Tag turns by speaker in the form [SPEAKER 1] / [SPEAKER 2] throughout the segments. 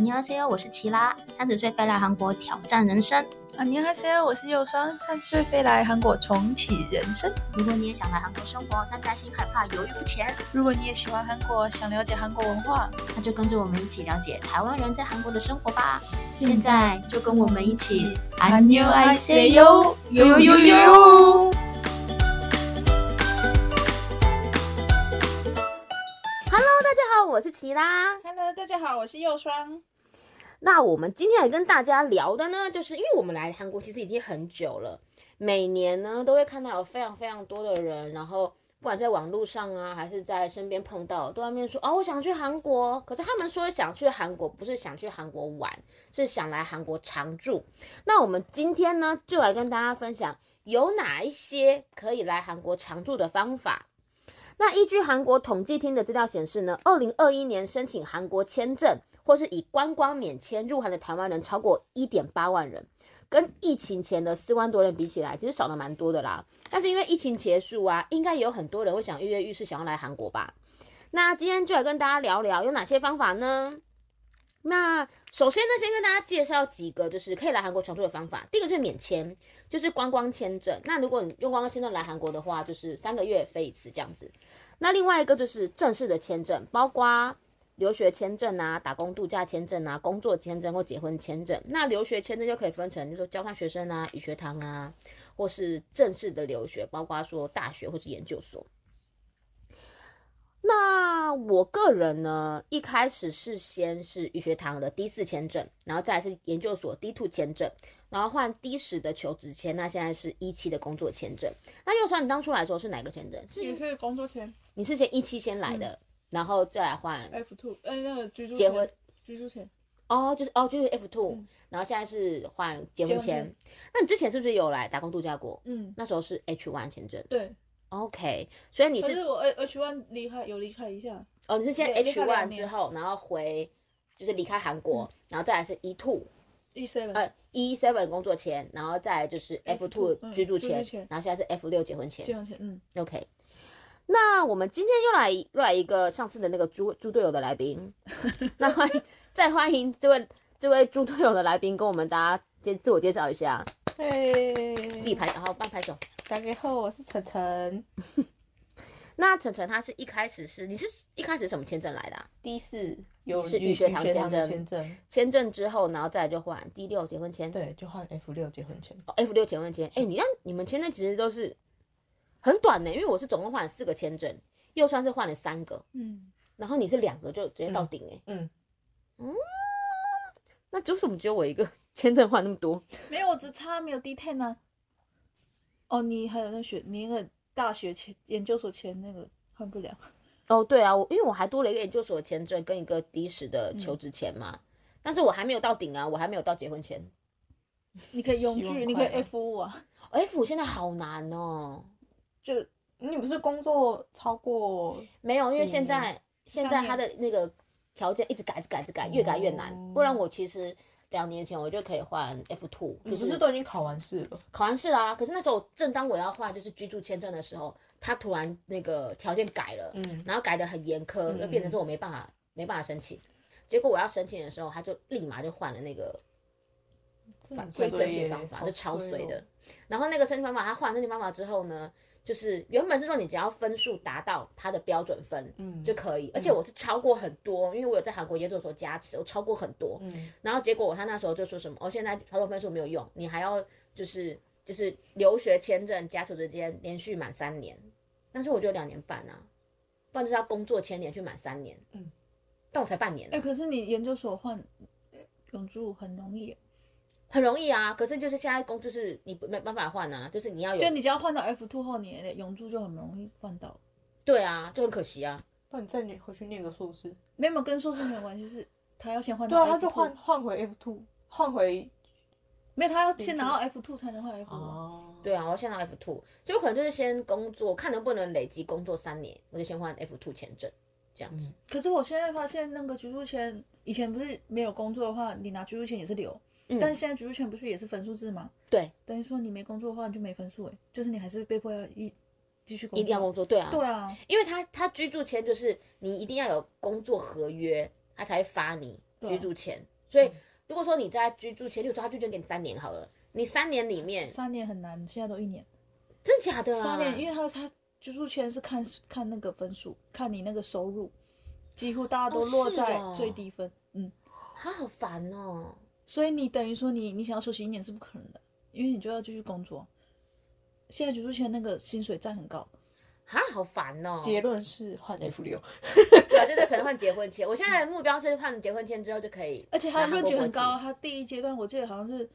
[SPEAKER 1] 你好，C O，我是奇拉，三十岁飞来韩国挑战人生。
[SPEAKER 2] 啊，你好，C O，我是佑双，三十岁飞来韩国重启人生。
[SPEAKER 1] 如果你也想来韩国生活，但担心害怕、犹豫不前，
[SPEAKER 2] 如果你也喜欢韩国，想了解韩国文化，
[SPEAKER 1] 那就跟着我们一起了解台湾人在韩国的生活吧。
[SPEAKER 2] 现
[SPEAKER 1] 现在就跟我们一起，
[SPEAKER 2] 안녕하세
[SPEAKER 1] 哟
[SPEAKER 2] 요
[SPEAKER 1] 哟
[SPEAKER 2] 요
[SPEAKER 1] 哟
[SPEAKER 2] 요
[SPEAKER 1] 哟！
[SPEAKER 3] Hello，大家好，我是齐拉。
[SPEAKER 4] Hello，大家好，我是右双。
[SPEAKER 3] 那我们今天来跟大家聊的呢，就是因为我们来韩国其实已经很久了，每年呢都会看到有非常非常多的人，然后不管在网络上啊，还是在身边碰到，都在那边说哦，我想去韩国。可是他们说想去韩国，不是想去韩国玩，是想来韩国常住。那我们今天呢，就来跟大家分享有哪一些可以来韩国常住的方法。那依据韩国统计厅的资料显示呢，二零二一年申请韩国签证或是以观光免签入韩的台湾人超过一点八万人，跟疫情前的四万多人比起来，其实少了蛮多的啦。但是因为疫情结束啊，应该也有很多人会想跃跃欲试，想要来韩国吧。那今天就来跟大家聊聊有哪些方法呢？那首先呢，先跟大家介绍几个就是可以来韩国常住的方法。第一个就是免签，就是观光签证。那如果你用观光签证来韩国的话，就是三个月飞一次这样子。那另外一个就是正式的签证，包括留学签证啊、打工度假签证啊、工作签证或结婚签证。那留学签证就可以分成，就是说交换学生啊、语学堂啊，或是正式的留学，包括说大学或是研究所。那我个人呢，一开始是先是语学堂的 D 四签证，然后再来是研究所 D two 签证，然后换 D 十的求职签，那现在是一期的工作签证。那又算你当初来说是哪个签证？是
[SPEAKER 4] 也是工作签
[SPEAKER 3] 你是先一期先来的，然后再来换
[SPEAKER 4] F two，呃，那个居住
[SPEAKER 3] 结婚
[SPEAKER 4] 签居住签，
[SPEAKER 3] 哦，就是哦就是 F two，、
[SPEAKER 4] 嗯
[SPEAKER 3] 然后现在是换结婚
[SPEAKER 4] 结婚
[SPEAKER 3] 签
[SPEAKER 4] 签。
[SPEAKER 3] 那你之前是不是有来打工度假过？
[SPEAKER 4] 嗯，
[SPEAKER 3] 那时候是 H one 签证
[SPEAKER 4] 对。
[SPEAKER 3] ，OK，所以你
[SPEAKER 4] 可
[SPEAKER 3] 是
[SPEAKER 4] 是我呃 H one 离开有离开一下，
[SPEAKER 3] 哦你是先
[SPEAKER 4] 对
[SPEAKER 3] H
[SPEAKER 4] 离开两
[SPEAKER 3] one
[SPEAKER 4] 年嗯
[SPEAKER 3] 之后，然后回就是离开韩国，然后再来是 E two
[SPEAKER 4] 一 seven，
[SPEAKER 3] 呃 E seven 工作签，然后再来就是 F two
[SPEAKER 4] F2 嗯
[SPEAKER 3] 居住
[SPEAKER 4] 居住
[SPEAKER 3] 签，
[SPEAKER 4] 签
[SPEAKER 3] 然后现在是 F 六结婚签
[SPEAKER 4] 结。婚签，嗯，
[SPEAKER 3] OK，那我们今天又来又来一个上次的那个猪猪队友的来 宾，那欢迎再欢迎这位这位猪队友的来宾跟我们大家介自我介绍一下，自己
[SPEAKER 5] 嘿，
[SPEAKER 3] 拍然后半拍手。
[SPEAKER 5] 大家好，我是晨晨
[SPEAKER 3] 那晨晨他是一开始是你是一开始什么签证来的啊、
[SPEAKER 5] ，D 四有
[SPEAKER 3] 是
[SPEAKER 5] 语
[SPEAKER 3] 语学堂
[SPEAKER 5] 语的
[SPEAKER 3] 签
[SPEAKER 5] 签证，
[SPEAKER 3] 签证之后，然后再来就换 D 六结婚签，
[SPEAKER 5] 对，就换 F 六结婚签。
[SPEAKER 3] 哦 F 六结婚签。哎，你让你们签证其实都是很短的，因为我是总共换了四个签证，又算是换了三个，
[SPEAKER 4] 嗯，
[SPEAKER 3] 然后你是两个就直接到顶哎、
[SPEAKER 5] 嗯，
[SPEAKER 3] 那就怎么只有我一个 签证换那么多？
[SPEAKER 4] 没有，我只差没有 D ten 啊。哦，你还有那学，你那个大学签、研究所签那个换不了。
[SPEAKER 3] 哦，对啊，我因为我还多了一个研究所的签证跟一个的士的
[SPEAKER 5] 嗯
[SPEAKER 3] 求职签嘛，但是我还没有到顶啊，我还没有到结婚前。
[SPEAKER 4] 你可以用
[SPEAKER 5] 希望
[SPEAKER 4] 具，
[SPEAKER 5] 快
[SPEAKER 4] 你可以
[SPEAKER 5] 来
[SPEAKER 4] F 五啊，
[SPEAKER 3] 哦 F 现在好难哦，
[SPEAKER 4] 就
[SPEAKER 5] 你不是工作超过
[SPEAKER 3] 没有，因为现
[SPEAKER 5] 嗯
[SPEAKER 3] 在、现在
[SPEAKER 4] 商
[SPEAKER 3] 他的那个条件一直改，一直改，一直改，越改越难。
[SPEAKER 5] 哦
[SPEAKER 3] 不然我其实两年前我就可以换 F two，
[SPEAKER 5] 你
[SPEAKER 3] 就
[SPEAKER 5] 不是都已经考完试了？
[SPEAKER 3] 考完试啦、可是那时候正当我要换就是居住签证的时候，他突然那个条件改了，
[SPEAKER 5] 嗯，
[SPEAKER 3] 然后改的很严苛，
[SPEAKER 5] 嗯
[SPEAKER 3] 就变成说我没办法没办法申请。结果我要申请的时候，他就立马就换了那个反规
[SPEAKER 5] 嗯所
[SPEAKER 3] 申
[SPEAKER 5] 以
[SPEAKER 3] 请
[SPEAKER 5] 也
[SPEAKER 3] 方法，
[SPEAKER 5] 好
[SPEAKER 3] 就超
[SPEAKER 5] 衰
[SPEAKER 3] 衰
[SPEAKER 5] 哦
[SPEAKER 3] 的。。然后那个申请方法，他换了申请方法之后呢，就是原本是说你只要分数达到他的标准分
[SPEAKER 5] 嗯，
[SPEAKER 3] 就可以，而且我是超过很多，因为我有在韩国研究所加持，我超过很多。
[SPEAKER 5] 嗯
[SPEAKER 3] 然后结果他那时候就说什么，哦，现在超过分数没有用，你还要就是就是留学签证加求职间连续满三年，但是我就两年半啊，不然就是要工作签连续满三年，
[SPEAKER 5] 嗯，
[SPEAKER 3] 但我才半年啊、
[SPEAKER 4] 哎，可是你研究所换呃永住很容易，啊
[SPEAKER 3] 很容易啊。可是就是现在工就是你不没办法换啊，就是你要有
[SPEAKER 4] 就你只要换到 F two 后，你的永住就很容易换到。
[SPEAKER 3] 对啊，就很可惜啊。
[SPEAKER 5] 那你再念回去念个硕士？
[SPEAKER 4] 没有没有跟硕士没有关系，是他要先换
[SPEAKER 5] 对
[SPEAKER 4] 到
[SPEAKER 5] 啊，
[SPEAKER 4] F2。
[SPEAKER 5] 他就换换回 F two，换回
[SPEAKER 4] 没有，他要先拿到 F two 才能换 F 五。
[SPEAKER 5] 哦，
[SPEAKER 3] 对啊，我要先到 F two，所以我可能就是先工作，看能不能累积工作三年，我就先换 F two 签证这样子。
[SPEAKER 4] 可是我现在发现那个居住签，以前不是没有工作的话，你拿居住签也是留，
[SPEAKER 3] 嗯，
[SPEAKER 4] 但是现在居住签不是也是分数制吗？
[SPEAKER 3] 对，
[SPEAKER 4] 等于说你没工作的话，你就没分数哎，就是你还是被迫要一继续工作。
[SPEAKER 3] 一定要工作，对啊，
[SPEAKER 4] 对啊，
[SPEAKER 3] 因为他他居住签就是你一定要有工作合约，他才会发你
[SPEAKER 4] 对啊
[SPEAKER 3] 居住前，所以如果说你在居住前，例如说他居住给你三年好了，你三年里面
[SPEAKER 4] 三年很难，现在都一年。
[SPEAKER 3] 真假的啊？
[SPEAKER 4] 三年，因为他他居住签是看看那个分数，看你那个收入，几乎大家都
[SPEAKER 3] 哦
[SPEAKER 4] 落
[SPEAKER 3] 是
[SPEAKER 4] 在
[SPEAKER 3] 哦
[SPEAKER 4] 最低分。嗯，
[SPEAKER 3] 他好烦哦。
[SPEAKER 4] 所以你等于说你你想要休息一年是不可能的，因为你就要继续工作。现在居住签那个薪水占很高，
[SPEAKER 3] 啊，好烦哦！
[SPEAKER 5] 结论是换 F 六，
[SPEAKER 3] 对啊，就是可能换结婚签。我现在的目标是换结婚签之后就可以，
[SPEAKER 4] 而且他
[SPEAKER 3] 拿韩
[SPEAKER 4] 论
[SPEAKER 3] 国
[SPEAKER 4] 据
[SPEAKER 3] 国
[SPEAKER 4] 很
[SPEAKER 3] 籍
[SPEAKER 4] 高，他第一阶段我记得好像是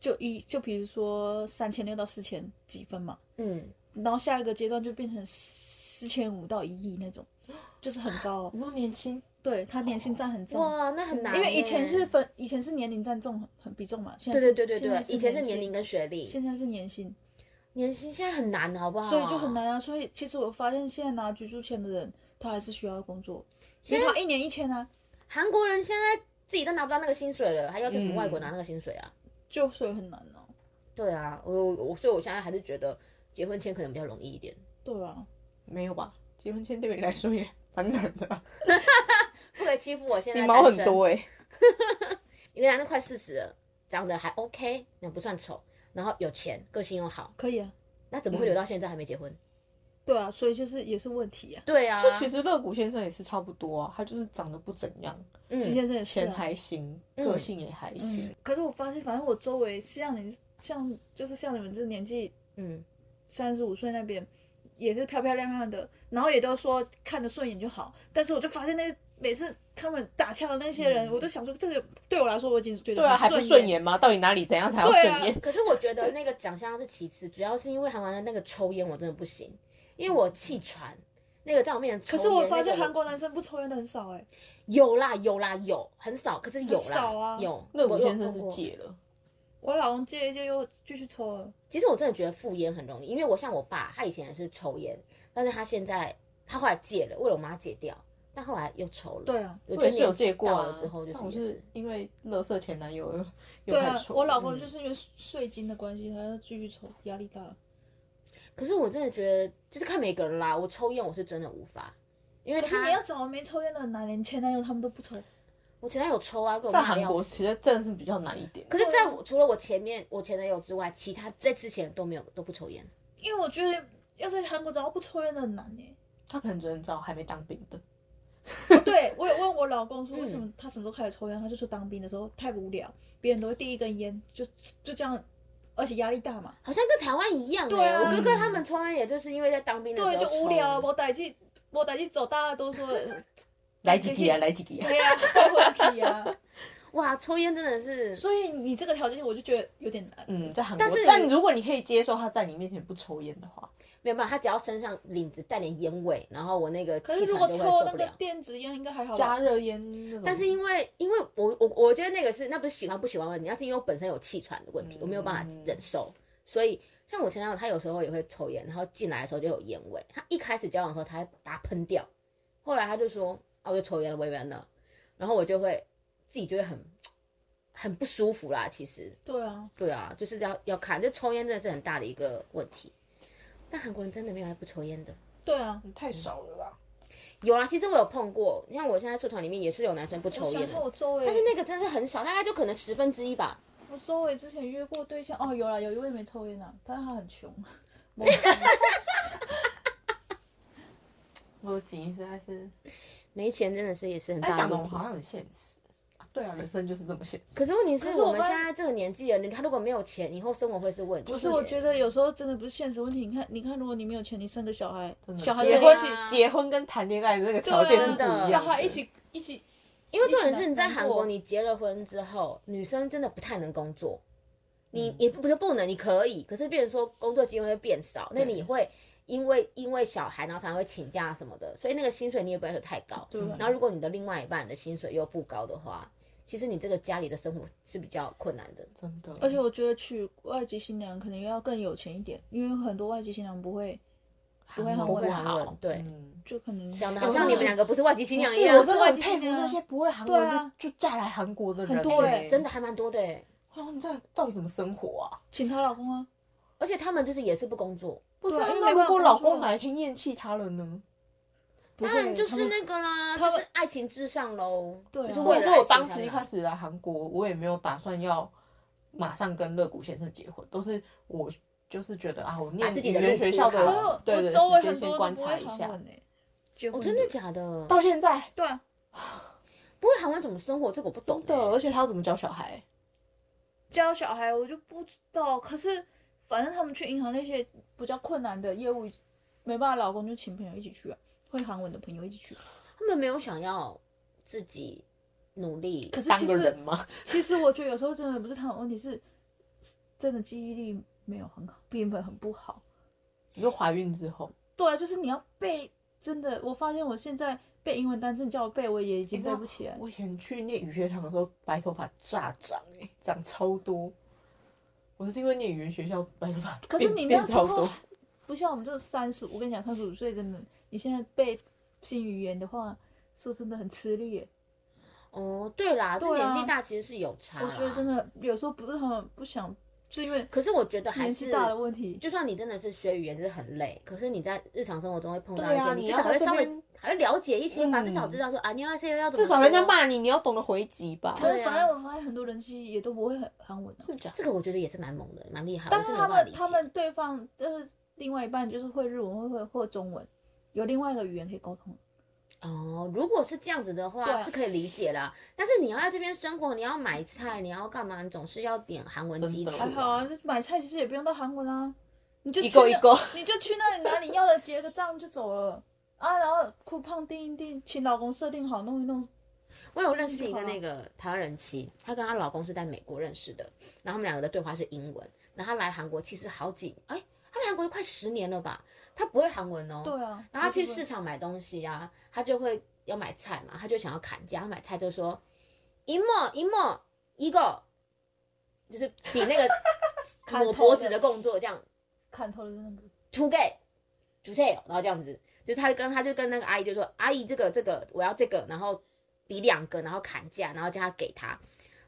[SPEAKER 4] 就一就比如说三千六到四千几分嘛，
[SPEAKER 3] 嗯，
[SPEAKER 4] 然后下一个阶段就变成四千五到一亿那种，就是很高哦、
[SPEAKER 5] 你说年轻，
[SPEAKER 4] 对他年薪占很重。
[SPEAKER 3] 哇，那很难欸。
[SPEAKER 4] 因为以前是分，以前是年龄占重很很比重嘛，现在
[SPEAKER 3] 对
[SPEAKER 4] 是
[SPEAKER 3] 对对对
[SPEAKER 4] 现在
[SPEAKER 3] 对，以前是年龄跟学历，
[SPEAKER 4] 现在是年薪，
[SPEAKER 3] 年薪现在很难，好不好？
[SPEAKER 4] 所以就很。难啊。所以其实我发现现在拿居住签的人，他还是需要工作，其实他一年一千啊，
[SPEAKER 3] 韩国人现在自己都拿不到那个薪水了，还要求什么
[SPEAKER 5] 嗯
[SPEAKER 3] 外国拿那个薪水啊？
[SPEAKER 4] 就所以很难哦、
[SPEAKER 3] 对啊，我我所以我现在还是觉得结婚签可能比较容易一点，
[SPEAKER 4] 对啊，
[SPEAKER 5] 没有吧？结婚签对你来说也蛮难的啊，
[SPEAKER 3] 不可以欺负我现
[SPEAKER 5] 你
[SPEAKER 3] 在
[SPEAKER 5] 毛
[SPEAKER 3] 单
[SPEAKER 5] 很
[SPEAKER 3] 身
[SPEAKER 5] 多哎、
[SPEAKER 3] 一个男的快四十了，长得还 OK，那不算丑，然后有钱，个性又好，
[SPEAKER 4] 可以啊，
[SPEAKER 3] 那怎么会留到现在还没结婚？
[SPEAKER 4] 对啊，所以就是也是问题啊。
[SPEAKER 3] 对啊，
[SPEAKER 5] 就其实乐谷先生也是差不多啊，他就是长得不怎样，
[SPEAKER 4] 今
[SPEAKER 3] 嗯，
[SPEAKER 4] 天真的是啊
[SPEAKER 5] 钱还行，
[SPEAKER 3] 嗯
[SPEAKER 5] 个性也还行。
[SPEAKER 4] 嗯，可是我发现，反正我周围像你像就是像你们这年纪
[SPEAKER 3] 嗯，
[SPEAKER 4] 三十五岁那边，也是漂漂亮亮的，然后也都说看得顺眼就好。但是我就发现那每次他们打枪的那些人，
[SPEAKER 5] 嗯
[SPEAKER 4] 我都想说，这个对我来说我已经觉得
[SPEAKER 5] 对啊，还
[SPEAKER 4] 很
[SPEAKER 5] 不顺
[SPEAKER 4] 顺。
[SPEAKER 5] 眼吗？到底哪里怎样才要
[SPEAKER 4] 嗯
[SPEAKER 5] 顺
[SPEAKER 4] 对啊
[SPEAKER 5] 眼？
[SPEAKER 3] 可是我觉得那个长相是其次，主要是因为韩国的那个抽烟我真的不行，因为我气喘。那个在我面前抽
[SPEAKER 4] 可
[SPEAKER 3] 烟，
[SPEAKER 4] 是我发现
[SPEAKER 3] 那个
[SPEAKER 4] 韩国男生不抽烟的很少哎、
[SPEAKER 3] 有啦有啦有，很少，可是有啦
[SPEAKER 4] 很少啊
[SPEAKER 3] 有。
[SPEAKER 5] 乐
[SPEAKER 3] 我
[SPEAKER 5] 谷
[SPEAKER 3] 有
[SPEAKER 5] 先生
[SPEAKER 3] 看
[SPEAKER 5] 是
[SPEAKER 3] 过
[SPEAKER 5] 戒了，
[SPEAKER 4] 我老公戒一戒又继续抽啊了，
[SPEAKER 3] 其实我真的觉得复烟很容易，因为我像我爸，他以前也是抽烟，但是他现在他后来戒了，为了我妈戒掉，但后来又抽了。
[SPEAKER 4] 对啊，
[SPEAKER 3] 我觉
[SPEAKER 5] 我也
[SPEAKER 3] 得
[SPEAKER 5] 是有
[SPEAKER 3] 年纪
[SPEAKER 5] 戒过
[SPEAKER 3] 到
[SPEAKER 5] 啊
[SPEAKER 3] 了之后，就
[SPEAKER 5] 但我
[SPEAKER 3] 是也
[SPEAKER 5] 是因为乐色前男友又
[SPEAKER 4] 对
[SPEAKER 5] 又
[SPEAKER 4] 啊
[SPEAKER 5] 很，丑。
[SPEAKER 4] 我老公就是因为税金的关系，他要继续抽，压力大了。
[SPEAKER 3] 可是我真的觉得就是看每个人啦，我抽烟我是真的无法，因为
[SPEAKER 4] 可是你要
[SPEAKER 3] 他
[SPEAKER 4] 找没抽烟的男人，前男友他们都不抽，
[SPEAKER 3] 我前男友抽啊，跟我
[SPEAKER 5] 在
[SPEAKER 3] 妈
[SPEAKER 5] 韩
[SPEAKER 3] 要
[SPEAKER 5] 国
[SPEAKER 3] 死
[SPEAKER 5] 其实真的是比较难一点。
[SPEAKER 3] 可是在我除了我前面我前男友之外，其他在之前都没有都不抽烟。
[SPEAKER 4] 因为我觉得要在韩国找到不抽烟的很难哎、
[SPEAKER 5] 他可能只能找还没当兵的，
[SPEAKER 4] 哦对，我有问我老公说
[SPEAKER 3] 嗯
[SPEAKER 4] 为什么他什么时候开始抽烟，他就说当兵的时候太无聊，别人都会递一根烟，就就这样，而且压力大嘛。
[SPEAKER 3] 好像跟台湾一样、欸，
[SPEAKER 4] 对啊
[SPEAKER 3] 我哥哥他们抽烟也就是因为在当兵的时
[SPEAKER 4] 对，
[SPEAKER 3] 候
[SPEAKER 4] 就
[SPEAKER 3] 抽
[SPEAKER 4] 无聊啊，我逮去，我逮去走，大家都 说，
[SPEAKER 5] 来几个啊，来几个啊。
[SPEAKER 4] 哎呀，太问题啊。
[SPEAKER 3] 哇，抽烟真的是
[SPEAKER 4] 所以你这个条件，我就觉得有点难。
[SPEAKER 5] 嗯，在韩国
[SPEAKER 3] 但是，你
[SPEAKER 5] 但如果你可以接受他在你面前不抽烟的话，
[SPEAKER 3] 没有办法，他只要身上领子带点烟味，然后我那个
[SPEAKER 4] 可是
[SPEAKER 3] 气
[SPEAKER 4] 如果
[SPEAKER 3] 喘就会受
[SPEAKER 4] 抽那
[SPEAKER 3] 不
[SPEAKER 4] 个
[SPEAKER 3] 了。
[SPEAKER 4] 电子烟，应该还好
[SPEAKER 5] 加
[SPEAKER 4] 吧。
[SPEAKER 5] 热烟那种。
[SPEAKER 3] 但是因为因为我我我觉得那个是那不是喜欢不喜欢问题，那是因为我本身有气喘的问题，我没有办法忍受。
[SPEAKER 4] 嗯
[SPEAKER 3] 所以像我前男友，他有时候也会抽烟，然后进来的时候就有烟味。他一开始交往的时候，他还把它喷掉，后来他就说啊，我就抽烟了，我也没了。然后我就会自己就会很很不舒服啦，其实
[SPEAKER 4] 对啊，
[SPEAKER 3] 对啊，就是要要看，就抽烟真的是很大的一个问题。但韩国人真的没有还不抽烟的，
[SPEAKER 4] 对啊，
[SPEAKER 5] 嗯太少了啦。
[SPEAKER 3] 有啦，其实我有碰过，你看我现在社团里面也是有男生不
[SPEAKER 4] 我
[SPEAKER 3] 抽
[SPEAKER 4] 想
[SPEAKER 3] 烟
[SPEAKER 4] 看
[SPEAKER 3] 的，
[SPEAKER 4] 我周
[SPEAKER 3] 但
[SPEAKER 4] 围，
[SPEAKER 3] 是那个真的是很少，大概就可能十分之一吧。
[SPEAKER 4] 我周围之前约过对象，哦，有啦，有一位没抽烟啊，但是他很穷。我
[SPEAKER 5] 我仅实在是，
[SPEAKER 3] 没钱真的是也是很
[SPEAKER 4] 哎
[SPEAKER 5] 他
[SPEAKER 3] 大
[SPEAKER 5] 讲
[SPEAKER 3] 的问
[SPEAKER 5] 的我
[SPEAKER 3] 题
[SPEAKER 5] 好。像很现实。啊对啊，人生就是这么现实。
[SPEAKER 3] 可是问题
[SPEAKER 4] 可
[SPEAKER 3] 是
[SPEAKER 4] 是我
[SPEAKER 3] 我们
[SPEAKER 4] 发
[SPEAKER 3] 现
[SPEAKER 4] 现
[SPEAKER 3] 在这个年纪人，他如果没有钱，以后生活会是问题。
[SPEAKER 4] 不是，我觉得有时候真的不是现实问题。你看，你看，如果你没有钱，你生个小孩，
[SPEAKER 5] 真的
[SPEAKER 4] 小孩
[SPEAKER 5] 结
[SPEAKER 4] 在
[SPEAKER 5] 婚
[SPEAKER 4] 一起，
[SPEAKER 5] 结婚跟谈恋爱的那个
[SPEAKER 4] 对
[SPEAKER 5] 条件是
[SPEAKER 4] 啊
[SPEAKER 5] 不一
[SPEAKER 4] 小
[SPEAKER 5] 样的。嗯
[SPEAKER 4] 孩一起一起，
[SPEAKER 3] 因为重点是
[SPEAKER 4] 一起
[SPEAKER 3] 你在
[SPEAKER 4] 难
[SPEAKER 3] 韩
[SPEAKER 4] 过
[SPEAKER 3] 国，你结了婚之后，女生真的不太能工作。
[SPEAKER 4] 嗯
[SPEAKER 3] 你也不是不能，你可以，可是变成说工作机会会变少，那
[SPEAKER 5] 对
[SPEAKER 3] 你会因为因为小孩，然后才会请假什么的，所以那个薪水你也不会说太高。
[SPEAKER 4] 对吧
[SPEAKER 3] 然后如果你的另外一半的薪水又不高的话，其实你这个家里的生活是比较困难的。
[SPEAKER 5] 真的，
[SPEAKER 4] 而且我觉得娶外籍新娘可能要更有钱一点，因为很多外籍新娘不会，不会
[SPEAKER 5] 韩
[SPEAKER 4] 韩
[SPEAKER 5] 国
[SPEAKER 4] 文
[SPEAKER 3] 不会韩文对
[SPEAKER 5] 嗯
[SPEAKER 4] 就可能
[SPEAKER 3] 讲的
[SPEAKER 4] 有
[SPEAKER 3] 好
[SPEAKER 4] 时
[SPEAKER 3] 像
[SPEAKER 4] 候
[SPEAKER 3] 你们两个不是外籍新
[SPEAKER 5] 不
[SPEAKER 3] 娘
[SPEAKER 5] 是
[SPEAKER 3] 一样
[SPEAKER 5] 我，真的
[SPEAKER 4] 外
[SPEAKER 5] 很
[SPEAKER 4] 籍
[SPEAKER 5] 佩
[SPEAKER 4] 新
[SPEAKER 5] 服
[SPEAKER 4] 娘
[SPEAKER 5] 那些不会韩文
[SPEAKER 4] 对啊
[SPEAKER 5] 就就嫁来韩国的人欸，
[SPEAKER 4] 很多欸
[SPEAKER 3] 真的还蛮多的欸。
[SPEAKER 5] 哇。他们在到底怎么生活啊？
[SPEAKER 4] 请她老公啊，
[SPEAKER 3] 而且他们就是也是不工作，
[SPEAKER 5] 不是
[SPEAKER 4] 对啊因
[SPEAKER 5] 啊，
[SPEAKER 4] 为
[SPEAKER 5] 那
[SPEAKER 4] 没
[SPEAKER 5] 如
[SPEAKER 4] 办法
[SPEAKER 5] 果老
[SPEAKER 4] 工作
[SPEAKER 5] 公
[SPEAKER 4] 啊
[SPEAKER 5] 哪一天厌弃她了呢？
[SPEAKER 4] 不
[SPEAKER 3] 当然
[SPEAKER 4] 会
[SPEAKER 3] 就是
[SPEAKER 4] 他们
[SPEAKER 3] 那个啦，
[SPEAKER 4] 他
[SPEAKER 3] 就
[SPEAKER 4] 们
[SPEAKER 3] 是爱情至上喽。
[SPEAKER 4] 对啊
[SPEAKER 3] 就
[SPEAKER 5] 就是是我
[SPEAKER 3] 为
[SPEAKER 5] 也
[SPEAKER 3] 了
[SPEAKER 5] 是
[SPEAKER 3] 爱
[SPEAKER 5] 我
[SPEAKER 3] 情
[SPEAKER 5] 当
[SPEAKER 3] 而
[SPEAKER 5] 时一
[SPEAKER 3] 来
[SPEAKER 5] 开始来韩国，我也没有打算要马上跟乐谷先生结婚，都是我就是觉得啊，我念
[SPEAKER 3] 自己
[SPEAKER 5] 语
[SPEAKER 3] 的路
[SPEAKER 5] 言学校
[SPEAKER 3] 铺
[SPEAKER 5] 的
[SPEAKER 3] 好
[SPEAKER 4] 我
[SPEAKER 5] 对对
[SPEAKER 4] 啊我周围
[SPEAKER 5] 时
[SPEAKER 4] 很
[SPEAKER 5] 间
[SPEAKER 4] 多
[SPEAKER 5] 先
[SPEAKER 4] 都
[SPEAKER 5] 观
[SPEAKER 4] 不
[SPEAKER 5] 察
[SPEAKER 4] 会
[SPEAKER 5] 一
[SPEAKER 4] 韩
[SPEAKER 5] 下，
[SPEAKER 4] 文欸结
[SPEAKER 3] 哦，
[SPEAKER 4] 婚
[SPEAKER 3] 真的假的？
[SPEAKER 5] 到现在
[SPEAKER 4] 对啊，
[SPEAKER 3] 不会韩文怎么生活？这个我不懂
[SPEAKER 5] 真的，
[SPEAKER 3] 欸。
[SPEAKER 5] 而且他要怎么教小孩？
[SPEAKER 4] 教小孩我就不知道，可是反正他们去银行那些比较困难的业务，没办法，老公就请朋友一起去啊，会韩文的朋友一起去。啊
[SPEAKER 3] 他们没有想要自己努力。
[SPEAKER 4] 可是
[SPEAKER 5] 当
[SPEAKER 4] 其
[SPEAKER 5] 个人
[SPEAKER 4] 实
[SPEAKER 5] 吗？
[SPEAKER 4] 其实我觉得有时候真的不是他们问题，是真的记忆力没有很好，并不很不好。
[SPEAKER 5] 你说怀孕之后，
[SPEAKER 4] 对啊，就是你要背，真的，我发现我现在背英文单词你叫我背，我也已经
[SPEAKER 5] 你知道
[SPEAKER 4] 背不起来。
[SPEAKER 5] 哎我以前去念语学堂的时候，白头发炸长哎、长超多。我是因为念语言学校白头发
[SPEAKER 4] 可是
[SPEAKER 5] 变
[SPEAKER 4] 你那
[SPEAKER 5] 变
[SPEAKER 4] 时
[SPEAKER 5] 超
[SPEAKER 4] 候
[SPEAKER 5] 多，
[SPEAKER 4] 不像我们这三十，我跟你讲，三十五岁真的，你现在背新语言的话，说真的很吃力耶。
[SPEAKER 3] 哦，对啦，这
[SPEAKER 4] 对啊
[SPEAKER 3] 年纪大其实是有差。
[SPEAKER 4] 我觉得真。的有时候不是很不想，是因为
[SPEAKER 3] 可是我觉得还
[SPEAKER 4] 年
[SPEAKER 3] 是
[SPEAKER 4] 纪大的问题。
[SPEAKER 3] 就算你真的是学语言是很累，可是你在日常生活中会碰到一
[SPEAKER 5] 对
[SPEAKER 3] 些，
[SPEAKER 5] 啊
[SPEAKER 3] 你
[SPEAKER 5] 你
[SPEAKER 3] 至
[SPEAKER 5] 要
[SPEAKER 3] 少会
[SPEAKER 5] 在这
[SPEAKER 3] 稍微
[SPEAKER 5] 边
[SPEAKER 3] 还会了解一些吧，
[SPEAKER 5] 嗯
[SPEAKER 3] 至少知道说啊，你要要要怎么啊
[SPEAKER 5] 至
[SPEAKER 3] 说。
[SPEAKER 5] 少人家骂你，你要懂得回击吧。
[SPEAKER 4] 可
[SPEAKER 3] 对
[SPEAKER 4] 是
[SPEAKER 3] 啊
[SPEAKER 4] 反正我发现很多人其实也都不会很韩文啊、
[SPEAKER 5] 是假的
[SPEAKER 3] 这个，我觉得也是蛮猛的，蛮厉害。
[SPEAKER 4] 但
[SPEAKER 3] 我
[SPEAKER 4] 是
[SPEAKER 3] 真的
[SPEAKER 4] 他
[SPEAKER 3] 无法理
[SPEAKER 4] 们
[SPEAKER 3] 解
[SPEAKER 4] 他们对方就是另外一半就是会日文或会或中文，有另外一个语言可以沟通。
[SPEAKER 3] 哦，如果是这样子的话，
[SPEAKER 4] 对啊
[SPEAKER 3] 是可以理解啦。但是你要在这边生活，你要买菜，你要干嘛，你总是要点韩文
[SPEAKER 5] 真
[SPEAKER 3] 基础
[SPEAKER 5] 的
[SPEAKER 3] 啊。
[SPEAKER 4] 还好啊，就买菜其实也不用到韩文啊，你就
[SPEAKER 5] 一
[SPEAKER 4] 去
[SPEAKER 5] 个一
[SPEAKER 4] 那
[SPEAKER 5] 个，
[SPEAKER 4] 你就去那里拿你要的，结个账就走了啊。然后酷胖定一定，请老公设定好，弄一弄。
[SPEAKER 3] 我有认
[SPEAKER 4] 嗯
[SPEAKER 3] 识一个
[SPEAKER 4] 啊
[SPEAKER 3] 那个台湾人妻，她跟她老公是在美国认识的，然后他们两个的对话是英文。然后她来韩国其实好几哎，她来韩国快十年了吧，她不会韩文哦。
[SPEAKER 4] 对啊，
[SPEAKER 3] 然后他去
[SPEAKER 4] 我就
[SPEAKER 3] 市场买东西啊，他就会要买菜嘛，他就想要砍价，他买菜就说一墨一墨一个，就是比那个
[SPEAKER 4] 砍
[SPEAKER 3] 抹
[SPEAKER 4] 头
[SPEAKER 3] 脖子
[SPEAKER 4] 的
[SPEAKER 3] 的动作这样
[SPEAKER 4] 看透了那个。
[SPEAKER 3] ，two gay 主 s 然后这样子，就是他跟他就跟那个阿姨就说，阿姨这个这个我要这个，然后比两个，然后砍价，然后叫他给他，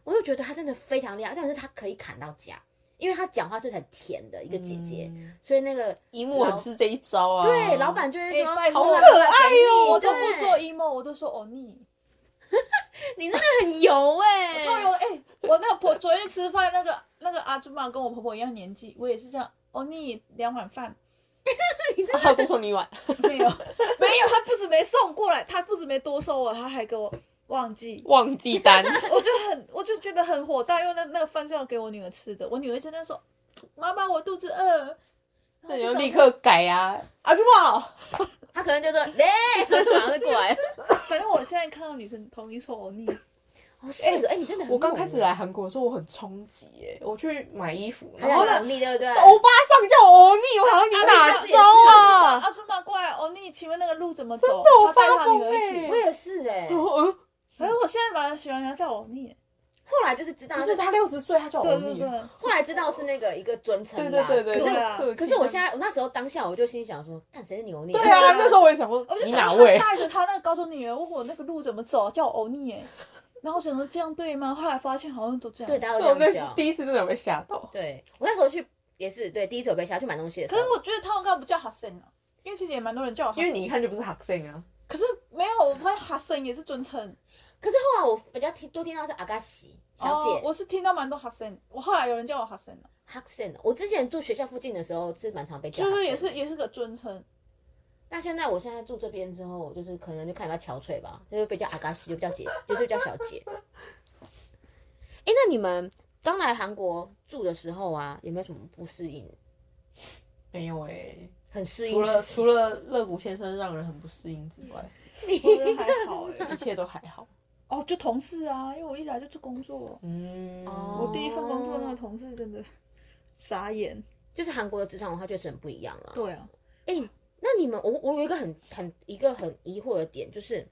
[SPEAKER 3] 我就觉得他真的非常厉害，但是他可以砍到价，因为他讲话是很甜的一个姐姐，
[SPEAKER 5] 嗯
[SPEAKER 3] 所以那个
[SPEAKER 5] 姨母很吃这一招啊。
[SPEAKER 3] 对老板就会
[SPEAKER 4] 哎
[SPEAKER 3] 说。
[SPEAKER 4] 拜托
[SPEAKER 5] 好
[SPEAKER 4] 啦
[SPEAKER 5] 可爱哦哟
[SPEAKER 4] 我都不
[SPEAKER 3] 对
[SPEAKER 4] 说 emo，我都说欧尼。
[SPEAKER 3] 你真的很 油哎、
[SPEAKER 4] 我超有哎、我那个婆昨天去吃饭，那个那个阿朱妈跟我婆婆一样年纪，我也是这样，欧尼两碗饭。
[SPEAKER 5] 啊还有多送你一碗，
[SPEAKER 4] 没有，没有，他不止没送过来，他不止没多收我，他还给我忘记，
[SPEAKER 5] 忘 记单。
[SPEAKER 4] 我就很，我就觉得很火大，因为那那个饭是要给我女儿吃的，我女儿真的说，妈妈我肚子饿，
[SPEAKER 5] 那你就立刻改啊！阿朱宝，
[SPEAKER 3] 他可能 就说“嘞”，
[SPEAKER 4] 哎
[SPEAKER 3] 马上就过来。
[SPEAKER 4] 反正我现在看到女生统一说欧尼，
[SPEAKER 3] 哦，是哎，你真的很
[SPEAKER 5] 我刚
[SPEAKER 3] 猛
[SPEAKER 5] 开始啊
[SPEAKER 3] 耶，
[SPEAKER 5] 来韩国的时候，我很冲击耶，我去买衣服，
[SPEAKER 3] 他
[SPEAKER 5] 然后
[SPEAKER 3] 叫
[SPEAKER 5] 呢，
[SPEAKER 3] 努力，对不对？
[SPEAKER 5] 欧巴上叫我欧尼，我想说你哪招啊？
[SPEAKER 4] 阿叔妈过来，欧尼，请问那个路怎么走？
[SPEAKER 5] 的我
[SPEAKER 4] 他带他
[SPEAKER 5] 发
[SPEAKER 4] 女儿一
[SPEAKER 5] 疯欸
[SPEAKER 4] 起
[SPEAKER 3] 我也是哎。
[SPEAKER 5] 然后呃，
[SPEAKER 4] 可是我现在把他喜欢上叫欧尼，
[SPEAKER 3] 后来就是知道
[SPEAKER 5] 不，是他六十岁，他叫
[SPEAKER 4] 对
[SPEAKER 5] 欧
[SPEAKER 4] 对
[SPEAKER 5] 尼。
[SPEAKER 4] 对，
[SPEAKER 3] 后来知道是那个一个尊称
[SPEAKER 5] 对
[SPEAKER 3] 啦。
[SPEAKER 5] 对
[SPEAKER 4] 可
[SPEAKER 5] 对，
[SPEAKER 4] 是
[SPEAKER 5] 这个
[SPEAKER 4] 啊
[SPEAKER 5] 客气
[SPEAKER 3] 可是我
[SPEAKER 5] 但
[SPEAKER 3] 现在，我那时候当下我就心里想说，看谁是牛牛？
[SPEAKER 5] 对啊，那时候我也想过
[SPEAKER 4] 我就
[SPEAKER 5] 你
[SPEAKER 4] 想
[SPEAKER 5] 哪
[SPEAKER 4] 说
[SPEAKER 5] 位
[SPEAKER 4] 他？带着他那个高中女儿问我那个路怎么走，叫我欧尼哎，然后我想说这样对吗？后来发现好像都这样，
[SPEAKER 3] 对，大家
[SPEAKER 5] 对我
[SPEAKER 3] 都这
[SPEAKER 5] 那
[SPEAKER 3] 样叫。
[SPEAKER 5] 第一次真的有被吓到。
[SPEAKER 3] 对我那时候去也是，对，第一次我被下去买东西的时
[SPEAKER 4] 可是
[SPEAKER 3] 候，
[SPEAKER 4] 我觉得他们干嘛不叫哈森啊？因为其实也蛮多人叫我哈
[SPEAKER 5] 因
[SPEAKER 4] 森，
[SPEAKER 5] 为你一看就不是 h a 啊，
[SPEAKER 4] 可是没有，我发现哈森也是尊称
[SPEAKER 3] 可是后来我比较听多听到是阿嘎西小
[SPEAKER 4] 哦
[SPEAKER 3] 姐
[SPEAKER 4] 我是听到蛮多哈森，我后来有人叫我哈森啊了，
[SPEAKER 3] 哈克森。我之前住学校附近的时候是蛮常被叫
[SPEAKER 4] 就
[SPEAKER 3] 哈森的，
[SPEAKER 4] 是也是也是个尊 称，
[SPEAKER 3] 但现在我现在住这边之后，我就是可能就看比较憔悴吧，就是被叫阿嘎西，就比较姐，就是比较小姐。哎、那你们刚来韩国住的时候啊，有没有什么不适应？
[SPEAKER 5] 没有哎。
[SPEAKER 3] 很适应？
[SPEAKER 5] 除了除了乐谷先生让人很不适应之外，
[SPEAKER 4] 我觉得还好哎、
[SPEAKER 5] 一切都还好。
[SPEAKER 4] 哦，就同事啊，因为我一来就去工作，
[SPEAKER 5] 嗯，
[SPEAKER 3] 哦
[SPEAKER 4] 我第一份工作那个同事真的傻眼，
[SPEAKER 3] 就是韩国的职场文化确实很不一样啊。
[SPEAKER 4] 对啊，
[SPEAKER 3] 那你们，我我有一个很很一个很疑惑的点，就是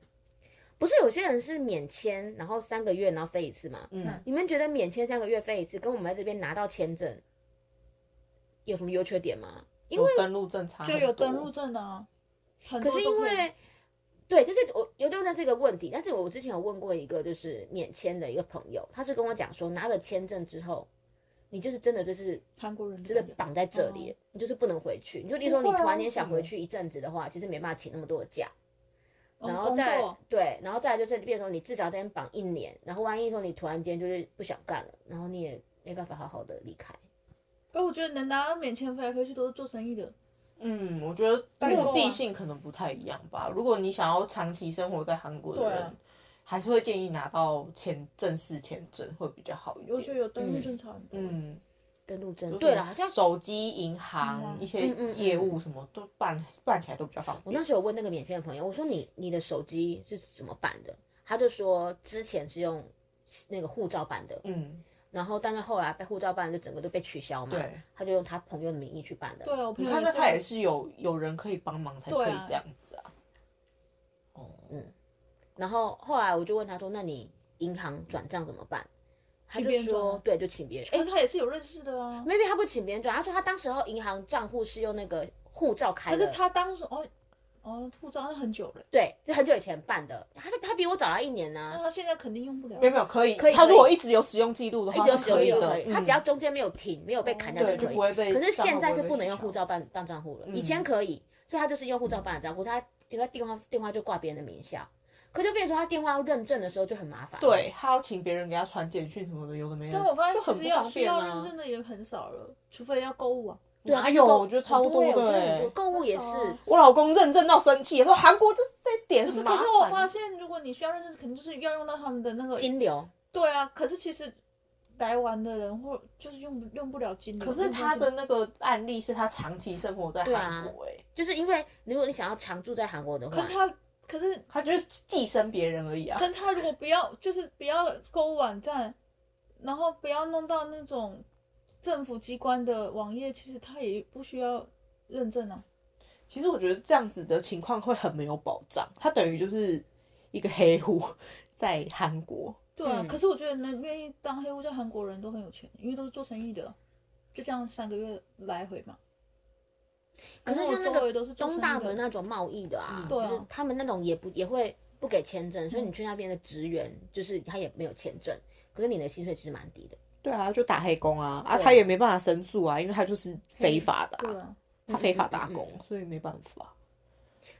[SPEAKER 3] 不是有些人是免签，然后三个月然后飞一次嘛？
[SPEAKER 5] 嗯，
[SPEAKER 3] 你们觉得免签三个月飞一次，跟我们在这边拿到签证有什么优缺点吗？因为
[SPEAKER 5] 有登录正常，
[SPEAKER 4] 就有登录证啊，很
[SPEAKER 3] 可
[SPEAKER 4] 多
[SPEAKER 3] 是
[SPEAKER 4] 都
[SPEAKER 3] 因
[SPEAKER 4] 以
[SPEAKER 3] 为对，就是我有丢在这个问题，但是我之前有问过一个就是免签的一个朋友，他是跟我讲说，拿了签证之后，你就是真的就是
[SPEAKER 4] 韩国人
[SPEAKER 3] 真的
[SPEAKER 4] 朋友
[SPEAKER 3] 绑在这里，你就是不能回去。你就例如说
[SPEAKER 5] 不
[SPEAKER 3] 你
[SPEAKER 5] 会啊
[SPEAKER 3] 突然间想
[SPEAKER 5] 为什
[SPEAKER 3] 回
[SPEAKER 5] 么
[SPEAKER 3] 去一阵子的话，其实没办法请那么多的假，
[SPEAKER 4] 哦
[SPEAKER 3] 然后
[SPEAKER 4] 工
[SPEAKER 3] 再
[SPEAKER 4] 作
[SPEAKER 3] 对，然后再来就是变成说你至少先绑一年，然后万一说你突然间就是不想干了，然后你也没办法好好的离开。
[SPEAKER 4] 哎，我觉得能拿到免签飞来飞去都是做生意的，
[SPEAKER 5] 嗯，我觉得
[SPEAKER 4] 代购啊
[SPEAKER 5] 目的性可能不太一样吧。如果你想要长期生活在韩国的
[SPEAKER 4] 对
[SPEAKER 5] 人，
[SPEAKER 4] 啊
[SPEAKER 5] 还是会建议拿到签正式签证会比较好一
[SPEAKER 4] 我觉
[SPEAKER 5] 点。
[SPEAKER 4] 得有登录
[SPEAKER 3] 嗯
[SPEAKER 4] 正常很多。
[SPEAKER 5] 嗯，
[SPEAKER 3] 登陆证
[SPEAKER 5] 就是
[SPEAKER 3] 对了，好像
[SPEAKER 5] 手机银行
[SPEAKER 4] 嗯
[SPEAKER 5] 一些
[SPEAKER 3] 嗯嗯嗯
[SPEAKER 5] 业务什么都办办起来都比较方
[SPEAKER 3] 我那
[SPEAKER 5] 便。
[SPEAKER 3] 时候有问那个免签的朋友，我说你你的手机是怎么办的？他就说之前是用那个护照办的，
[SPEAKER 5] 嗯，
[SPEAKER 3] 然后但是后来被护照办就整个都被取消嘛，
[SPEAKER 5] 对，
[SPEAKER 3] 他就用他朋友的名义去办的。
[SPEAKER 4] 对啊，我朋
[SPEAKER 5] 你
[SPEAKER 4] 友
[SPEAKER 5] 看那他也
[SPEAKER 4] 是
[SPEAKER 5] 是有有人可以帮忙才可以
[SPEAKER 4] 对啊
[SPEAKER 5] 这样子啊。哦，
[SPEAKER 3] 然后后来我就问他说，那你银行转账怎么办？他
[SPEAKER 4] 请
[SPEAKER 3] 就
[SPEAKER 4] 别人转
[SPEAKER 3] 说
[SPEAKER 4] 啊
[SPEAKER 3] 对，就请别人。
[SPEAKER 4] 可 是他也是有认识的啊。
[SPEAKER 3] maybe 他不请别人转，他说他当时候银行账户是用那个护照开
[SPEAKER 4] 可
[SPEAKER 3] 的，
[SPEAKER 4] 是他当时哦哦，护照那很久了，
[SPEAKER 3] 对，是很久以前办的，他他比我早了一年呢、
[SPEAKER 4] 那他现在肯定用不了
[SPEAKER 5] 没。有没有，可以。
[SPEAKER 3] 可以
[SPEAKER 5] 他
[SPEAKER 3] 可以
[SPEAKER 5] 如果一直有使用记录的
[SPEAKER 3] 一
[SPEAKER 5] 话
[SPEAKER 3] 直有
[SPEAKER 5] 是
[SPEAKER 3] 使用记录
[SPEAKER 5] 的
[SPEAKER 3] 可以，，他
[SPEAKER 5] 嗯
[SPEAKER 3] 只要中间没有停，没有被砍掉
[SPEAKER 5] 对就
[SPEAKER 3] 可以
[SPEAKER 5] 不。会被。
[SPEAKER 3] 可是现在是不能用护。照办办账户了，
[SPEAKER 5] 嗯
[SPEAKER 3] 以前可以，所以他就是用护照办的账户，他给他电话电话就挂别人的名下，可就变成说他电话要认证的时候就很麻烦。
[SPEAKER 5] 对，他要请别人给他传简讯什么的，有的没的，
[SPEAKER 4] 但我发现
[SPEAKER 5] 就
[SPEAKER 4] 其
[SPEAKER 5] 很
[SPEAKER 4] 实
[SPEAKER 5] 不
[SPEAKER 4] 要
[SPEAKER 5] 方
[SPEAKER 4] 需
[SPEAKER 5] 便
[SPEAKER 4] 要认
[SPEAKER 5] 啊。
[SPEAKER 4] 证的也很少了，除非要购物啊。
[SPEAKER 3] 对啊，
[SPEAKER 5] 哪
[SPEAKER 3] 就
[SPEAKER 5] 有
[SPEAKER 3] 购
[SPEAKER 5] 我觉得超
[SPEAKER 3] 很
[SPEAKER 5] 多的
[SPEAKER 3] 我觉得很
[SPEAKER 5] 欸
[SPEAKER 3] 多购物也是
[SPEAKER 4] 很少啊
[SPEAKER 5] 我老公认证到生气，说韩国就是这一点
[SPEAKER 4] 可是
[SPEAKER 5] 很
[SPEAKER 4] 可
[SPEAKER 5] 麻
[SPEAKER 4] 是我发
[SPEAKER 5] 烦。
[SPEAKER 4] 现，如果你需要认证，肯定就是要用到他们的那个。
[SPEAKER 3] 金流，
[SPEAKER 4] 对啊，可是其实来玩的人或就是用不用不了金流。
[SPEAKER 5] 可是他
[SPEAKER 4] 用
[SPEAKER 5] 的那个案例是他长期生活在
[SPEAKER 3] 对啊
[SPEAKER 5] 韩国、欸，
[SPEAKER 3] 就是因为如果你想要常住在韩国的
[SPEAKER 4] 不了，可
[SPEAKER 3] 话
[SPEAKER 4] 是，他可是
[SPEAKER 5] 他就是寄生别人而已啊
[SPEAKER 4] 可。是他如果不要，就是不要购物网站，然后不要弄到那种政府机关的网页，其实他也不需要认证啊。
[SPEAKER 5] 其实我觉得这样子的情况会很没有保障，他等于就是一个黑户 在韩国。
[SPEAKER 4] 对啊，
[SPEAKER 3] 嗯
[SPEAKER 4] 可是我觉得能愿意当黑户在韩国人都很有钱，因为都是做生意的，就这样三个月来回嘛。
[SPEAKER 3] 可是
[SPEAKER 4] 然后
[SPEAKER 3] 像
[SPEAKER 4] 我
[SPEAKER 3] 那
[SPEAKER 4] 周
[SPEAKER 3] 个
[SPEAKER 4] 围都是做
[SPEAKER 3] 东
[SPEAKER 4] 生意
[SPEAKER 3] 大
[SPEAKER 4] 的
[SPEAKER 3] 门那种贸易的啊
[SPEAKER 5] 嗯，
[SPEAKER 4] 对啊嗯
[SPEAKER 3] 就是他们那种也不也会不给签证，所以你去那边的职员就是他也没有签证，可是你的薪水其实蛮低的。
[SPEAKER 5] 对啊，就打黑工啊，啊，
[SPEAKER 3] 对
[SPEAKER 5] 他也没办法申诉啊，因为他就是非法的、
[SPEAKER 4] 对
[SPEAKER 5] 啊，
[SPEAKER 4] 啊，
[SPEAKER 5] 他非法打工，所以没办法。